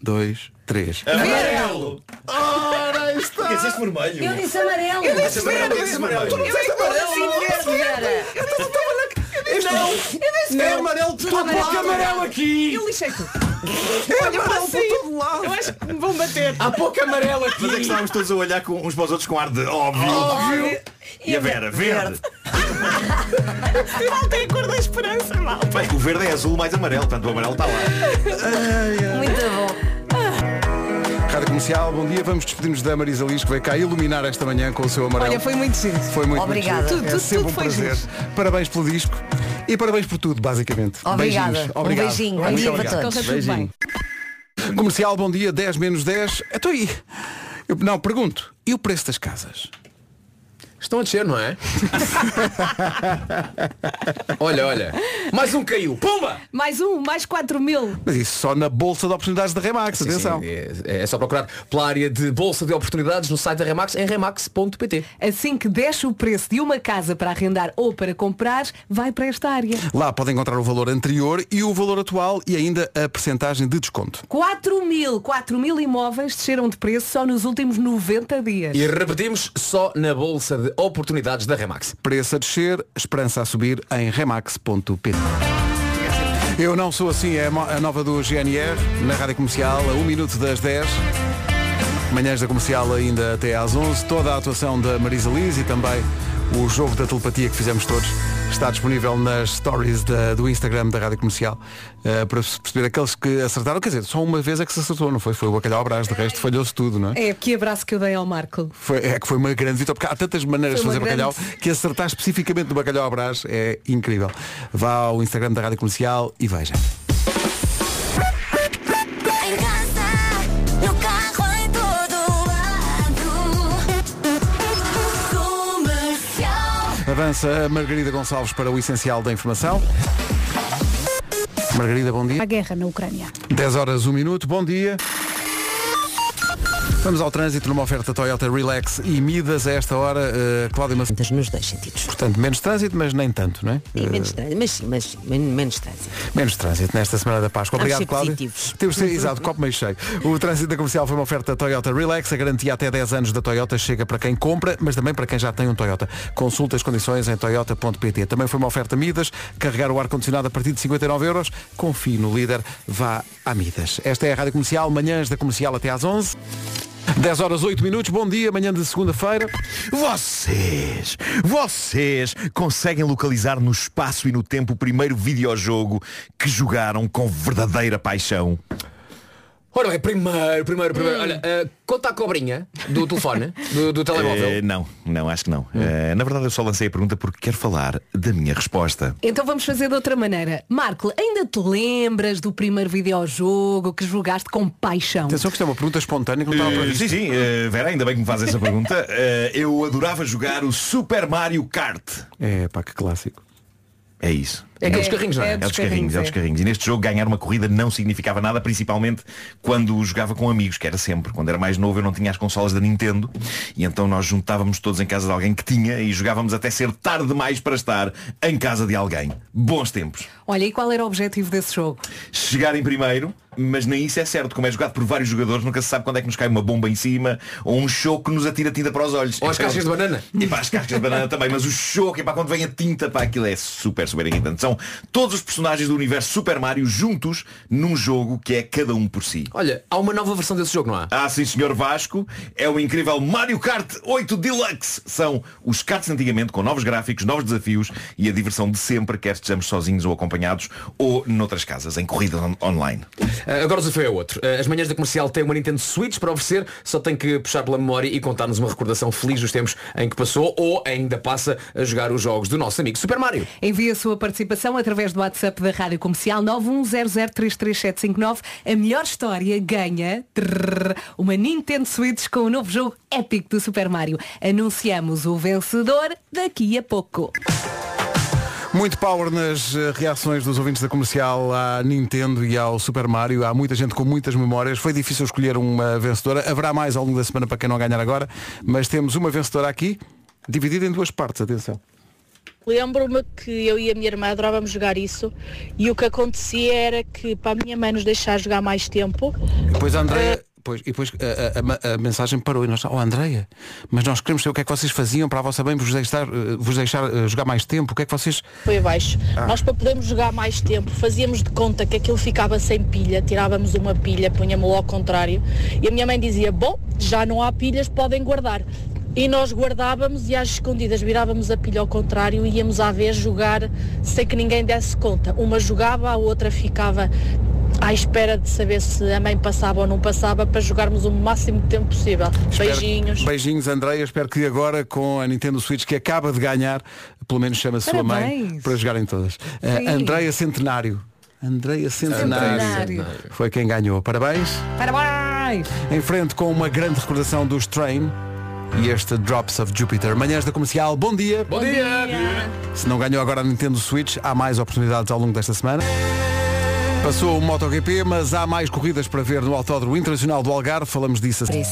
S2: dois, três.
S13: Amarelo!
S2: Ora está!
S13: Esqueceste vermelho.
S17: Eu disse amarelo. Eu
S13: Esse amarelo, esse amarelo.
S17: Eu disse amarelo. Vera.
S2: É amarelo por todo lado. amarelo aqui.
S14: Eu lixei tudo.
S2: É
S14: Eu
S2: amarelo por
S14: passei.
S2: todo lado.
S14: Eu acho que me vão bater.
S4: Há pouco amarelo
S13: Mas é que
S4: aqui.
S13: estávamos todos a olhar com- uns para os outros com ar de óbvio.
S2: Óbvio.
S13: E a Vera, verde.
S14: Falta a cor da esperança, malta.
S13: Bem, o verde é azul mais amarelo, portanto o amarelo está lá.
S17: Muito bom.
S2: Rádio Comercial, bom dia. Vamos despedir-nos da Marisa Liz, que veio cá iluminar esta manhã com o seu amarelo.
S14: Olha, foi muito giro.
S2: Foi muito
S17: Obrigada.
S2: muito giro.
S14: Tudo,
S2: é
S14: tudo,
S2: sempre
S14: tudo
S2: um
S14: foi
S2: prazer. Parabéns pelo disco e parabéns por tudo, basicamente.
S17: Obrigada.
S2: Beijinhos.
S17: Um
S2: Obrigado.
S17: beijinho.
S2: Muito
S17: Bom dia
S2: obrigado.
S17: para todos.
S14: Correu tudo bem.
S2: Comercial, bom dia, 10 menos 10. Estou aí. Eu- não, pergunto, e o preço das casas?
S4: Estão a descer, não é? olha, olha. Mais um caiu. Pumba!
S14: Mais um, mais 4 mil.
S2: Mas isso só na Bolsa de Oportunidades da Remax,
S4: Sim,
S2: atenção.
S4: sim, é, é só procurar pela área de Bolsa de Oportunidades no site da Remax em remax.pt.
S14: Assim que desce o preço de uma casa para arrendar ou para comprar, vai para esta área.
S2: Lá podem encontrar o valor anterior e o valor atual e ainda a percentagem de desconto.
S14: 4 mil, 4 mil imóveis desceram de preço só nos últimos 90 dias.
S4: E repetimos só na Bolsa de Oportunidades da Remax.
S2: Preço a descer, esperança a subir em remax.pt. Eu não sou assim, é a mo- a nova do GNR, na Rádio Comercial, a 1 minuto das 10. Manhãs da Comercial ainda até às 11. Toda a atuação da Marisa Liz e também o jogo da telepatia que fizemos todos está disponível nas stories da- do Instagram da Rádio Comercial eh, para se perceber aqueles que acertaram. Quer dizer, só uma vez é que se acertou, não foi? Foi o Bacalhau Brás, de resto falhou-se tudo, não é?
S14: É, que abraço que eu dei ao Marco.
S2: Foi- é que foi uma grande vitória, porque há tantas maneiras de
S14: Foi
S2: fazer
S14: uma
S2: bacalhau que acertar especificamente no bacalhau à Brás é incrível. Vá ao Instagram da Rádio Comercial e veja.
S8: Em casa, no carro, em todo lado. Comercial.
S2: Avança a Margarida Gonçalves para o Essencial da Informação. Margarida, bom dia.
S12: A guerra na Ucrânia.
S2: 10 horas, 1 minuto, bom dia. Vamos ao trânsito numa oferta Toyota Relax e Midas a esta hora, eh, Cláudia Macedo.
S19: Nos dois sentidos.
S2: Portanto, menos trânsito, mas nem tanto, não é?
S19: Sim, menos trânsito, mas sim, mas sim, men- menos trânsito.
S2: Menos trânsito nesta semana da Páscoa.
S19: Vamos
S2: Obrigado,
S19: ser
S2: Cláudia.
S19: positivos.
S2: Temos de ser, exato, copo meio cheio. O trânsito da comercial foi uma oferta da Toyota Relax. A garantia até 10 anos da Toyota chega para quem compra, mas também para quem já tem um Toyota. Consulta as condições em toyota.pt. Também foi uma oferta Midas. Carregar o ar-condicionado a partir de 59 euros. Confie no líder. Vá à Midas. Esta é a Rádio Comercial. Manhãs da Comercial até às 11. 10 horas 8 minutos. Bom dia. Manhã de segunda-feira.
S13: Vocês, vocês conseguem localizar no espaço e no tempo o primeiro videojogo que jogaram com verdadeira paixão?
S4: Ora bem, primeiro, primeiro, primeiro. Olha, eh, conta a cobrinha do telefone, do, do telemóvel.
S13: Eh, não, não, acho que não. Eh, na verdade eu só lancei a pergunta porque quero falar da minha resposta.
S1: Então vamos fazer de outra maneira. Marco, ainda te lembras do primeiro videojogo que jogaste com paixão?
S2: Atenção que isto é uma pergunta espontânea que não estava
S13: Eh,
S2: previsto.
S13: sim, sim, eh, Vera, ainda bem que me faz essa pergunta. Eh, eu adorava jogar o Super Mario Kart.
S2: É, pá, que clássico.
S13: É isso.
S4: É aqueles carrinhos, não é?
S13: É dos carrinhos, é dos carrinhos. E neste jogo ganhar uma corrida não significava nada, principalmente quando jogava com amigos, que era sempre. Quando era mais novo eu não tinha as consolas da Nintendo e então nós juntávamos todos em casa de alguém que tinha e jogávamos até ser tarde demais para estar em casa de alguém. Bons tempos.
S1: Olha, e qual era o objetivo desse jogo?
S13: Chegar em primeiro, mas nem isso é certo. Como é jogado por vários jogadores, nunca se sabe quando é que nos cai uma bomba em cima ou um choque que nos atira tinta para os olhos. Então,
S4: Ou as cascas de banana.
S13: E para as cascas de banana também, mas o choque, epá, quando vem a tinta, para aquilo é super, super irritante. São todos os personagens do universo Super Mario juntos num jogo que é cada um por si.
S4: Olha, há uma nova versão desse jogo, não há?
S13: Ah, sim, senhor Vasco, é o incrível Mario Kart 8 Deluxe. São os karts antigamente com novos gráficos, novos desafios e a diversão de sempre, quer estejamos sozinhos ou acompanhados ou noutras casas, em corrida on- online.
S4: Eh, agora o desafio é outro. Eh, as manhãs da comercial têm uma Nintendo Switch para oferecer, só tem que puxar pela memória e contar-nos uma recordação feliz dos tempos em que passou ou ainda passa a jogar os jogos do nosso amigo Super Mario.
S1: Envie a sua participação através do WhatsApp da Rádio Comercial 910033759. A melhor história ganha trrr, uma Nintendo Switch com o novo jogo épico do Super Mario. Anunciamos o vencedor daqui a pouco.
S2: Muito power nas eh, reações dos ouvintes da comercial à Nintendo e ao Super Mario. Há muita gente com muitas memórias. Foi difícil escolher uma vencedora. Haverá mais ao longo da semana para quem não ganhar agora. Mas temos uma vencedora aqui, dividida em duas partes. Atenção.
S20: Lembro-me que eu e a minha irmã adorávamos jogar isso e o que acontecia era que para a minha mãe nos deixar jogar mais tempo,
S2: E depois a Andreia. Pois, e depois eh, a- a, a- a mensagem parou e nós, oh Andreia, mas nós queremos saber o que é que vocês faziam para a vossa bem vos deixar, eh, vos deixar eh, jogar mais tempo, o que é que vocês.
S20: foi abaixo.
S2: Ah.
S20: Nós para podermos jogar mais tempo fazíamos de conta que aquilo ficava sem pilha, tirávamos uma pilha, punhamos-lo ao contrário e a minha mãe dizia, bom, já não há pilhas, podem guardar. E nós guardávamos e às escondidas virávamos a pilha ao contrário e íamos à vez jogar sem que ninguém desse conta. Uma jogava, a outra ficava à espera de saber se a mãe passava ou não passava para jogarmos o máximo de tempo possível. Beijinhos.
S2: Beijinhos, Andreia. Espero que agora com a Nintendo Switch que acaba de ganhar, pelo menos chama a sua mãe
S20: Parabéns.
S2: para jogarem todas. Eh,
S20: Sim.
S2: Andreia Centenário. Andreia Centenário.
S1: Centenário.
S2: Foi quem ganhou. Parabéns.
S1: Parabéns!
S2: Em frente com uma grande recordação dos Train e este Drops of Jupiter. Manhãs da comercial. Bom dia.
S4: Bom dia.
S2: Se não ganhou agora a Nintendo Switch, há mais oportunidades ao longo desta semana. Passou o MotoGP, mas há mais corridas para ver no Autódromo Internacional do Algarve. Falamos disso assim.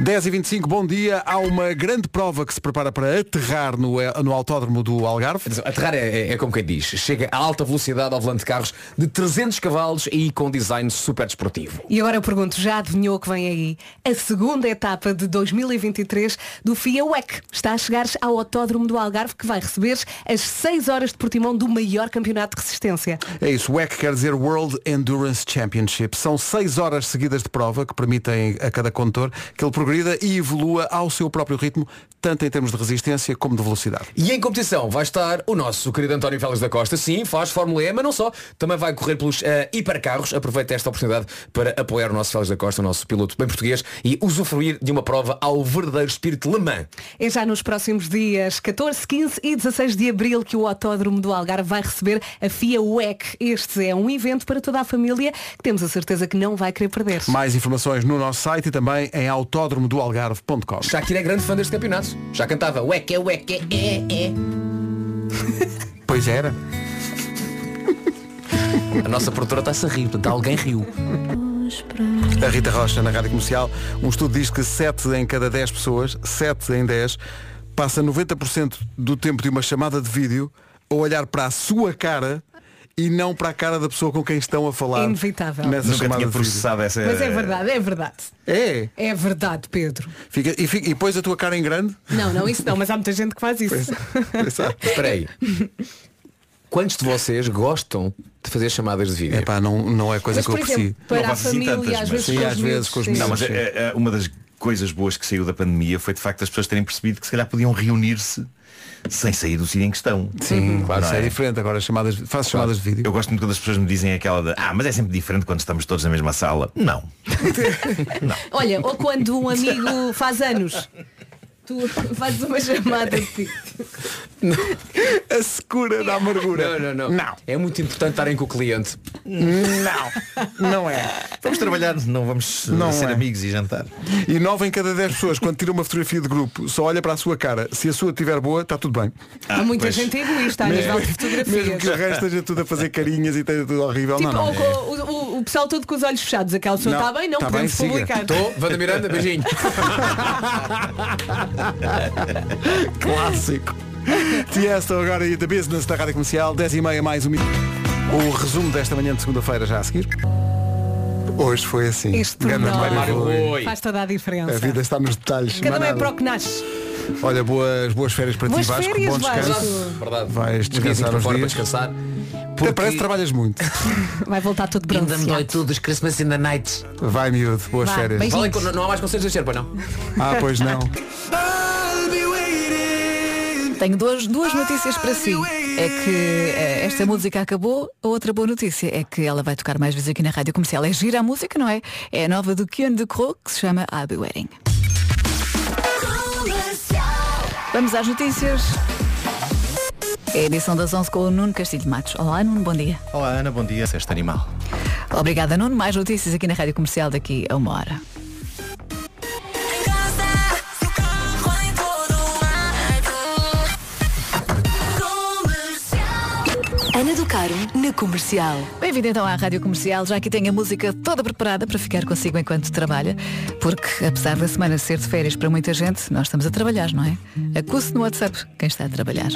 S2: 10 e 25 bom dia. Há uma grande prova que se prepara para aterrar no, eh, no Autódromo do Algarve.
S4: Aterrar é, é- é como quem diz, chega a alta velocidade ao volante de carros de 300 cavalos e com design super desportivo.
S1: E agora eu pergunto, já adivinhou o que vem aí? A segunda etapa de 2023 do FIA WEC. Está a chegar ao Autódromo do Algarve que vai receber as 6 horas de Portimão do maior campeonato de resistência.
S2: É isso, WEC quer dizer World Endurance Championship. São seis horas seguidas de prova que permitem a cada condutor que ele progrida e evolua ao seu próprio ritmo, tanto em termos de resistência como de velocidade.
S4: E em competição vai estar o nosso querido António Félix da Costa, sim, faz Fórmula E, mas não só, também vai correr pelos eh, hipercarros. Aproveita esta oportunidade para apoiar o nosso Félix da Costa, o nosso piloto bem português, e usufruir de uma prova ao verdadeiro espírito alemão.
S1: É já nos próximos dias 14, 15 e 16 de abril que o Autódromo do Algarve vai receber a FIA WEC. Este é um evento para toda a família que temos a certeza que não vai querer perder.
S2: Mais informações no nosso site e também em autódromodoalgarve.com.
S4: Shakira é grande fã deste campeonato. Já cantava Ueque, ueque, é, é.
S2: Pois era.
S4: A nossa produtora está-se a rir, portanto alguém riu.
S2: A Rita Rocha na Rádio Comercial. Um estudo diz que 7 em cada 10 pessoas, 7 em 10, passa 90% do tempo de uma chamada de vídeo a olhar para a sua cara e não para a cara da pessoa com quem estão a falar.
S1: Inevitável.
S2: Nessa
S13: Nunca
S2: chamada
S13: tinha
S2: de vídeo.
S13: processado essa.
S1: Mas é verdade, é verdade.
S2: É?
S1: É verdade, Pedro.
S2: Fica, e, fica, e pões a tua cara em grande?
S1: Não, não, isso não, mas há muita gente que faz isso.
S4: Espera aí. Quantos de vocês gostam de fazer chamadas de vídeo? É
S2: pá, não, não é
S1: coisa Mas, que eu por exemplo, aprecio. para a família, às vezes com os miúdos, sim.
S13: Não, mas
S1: sim.
S13: é, é, uma das coisas boas que saiu da pandemia foi de facto as pessoas terem percebido que se calhar podiam reunir-se sem sair do sítio em questão.
S2: Sim, claro,
S13: Não
S2: isso é diferente. Agora chamadas, faço chamadas de vídeo.
S13: Eu gosto muito quando as pessoas me dizem aquela de Ah, mas é sempre diferente quando estamos todos na mesma sala. Não.
S1: Olha, ou quando um amigo faz anos, tu fazes uma chamada de ti.
S2: A secura da amargura.
S4: Não, não, não. É muito importante estarem com o cliente.
S2: Não, não é.
S13: Vamos trabalhar, não vamos eh,
S2: Não
S13: ser
S2: é.
S13: amigos e jantar.
S2: E 9 em cada 10 pessoas, quando tira uma fotografia de grupo, só olha para a sua cara. Se a sua estiver boa, está tudo bem.
S1: Há muita gente egoísta a nível de fotografias.
S2: Ah, Mesmo que o resto esteja tudo a fazer carinhas e esteja tudo horrível.
S1: Tipo,
S2: não, é
S1: ou
S2: não.
S1: com o, o- o pessoal todo com os olhos fechados, aquela pessoa está bem, não
S2: tá
S1: podemos
S2: bem, siga.
S1: publicar.
S2: Tô,
S4: Vanda Miranda, beijinho.
S2: Clássico. Tiesto agora e The Business da Rádio Comercial, 10 e meia mais um minuto. O resumo desta manhã de segunda-feira já a seguir. Hoje foi assim.
S1: Isto
S2: Ganda
S1: não.
S2: Rui.
S1: Faz toda a diferença.
S2: A vida é está nos detalhes.
S1: Cada um
S2: mais
S1: é
S2: nada.
S1: para o que nasce.
S2: Olha, boas, boas férias para
S1: Boas
S2: ti, Vasco.
S1: férias,
S2: Bom
S1: Vasco.
S2: descanso.
S4: Verdade.
S2: Vais descansar
S4: para
S2: uns
S4: fora
S2: dias.
S4: para descansar.
S2: Até Parece que trabalhas muito.
S1: Vai voltar tudo
S21: Ainda me dói
S1: bronzeado.
S21: tudo, os Christmas in the night.
S2: Vai, miúdo. Boas
S1: Vá,
S2: férias.
S1: beijinhos.
S4: Falem, con- não há mais conselhos a ser, pois não?
S2: Ah, pois não.
S22: Tenho duas, duas notícias para si. É que eh, esta música acabou. A outra boa notícia é que ela vai tocar mais vezes aqui na rádio comercial. É gira a música, não é? É a nova do Kian de Crow que se chama I'll Be Waiting. Vamos às notícias. É a edição das 11 com o Nuno Castilho de Matos. Olá, Nuno, bom dia.
S13: Olá Ana, bom dia. Este animal.
S22: Obrigada, Nuno. Mais notícias aqui na rádio comercial daqui a uma hora.
S14: Ana do Caro na comercial.
S22: Bem-vindo então à Rádio Comercial, já que tenho a música toda preparada para ficar consigo enquanto trabalha, porque apesar da semana ser de férias para muita gente, nós estamos a trabalhar, não é? Acuse no WhatsApp quem está a trabalhar.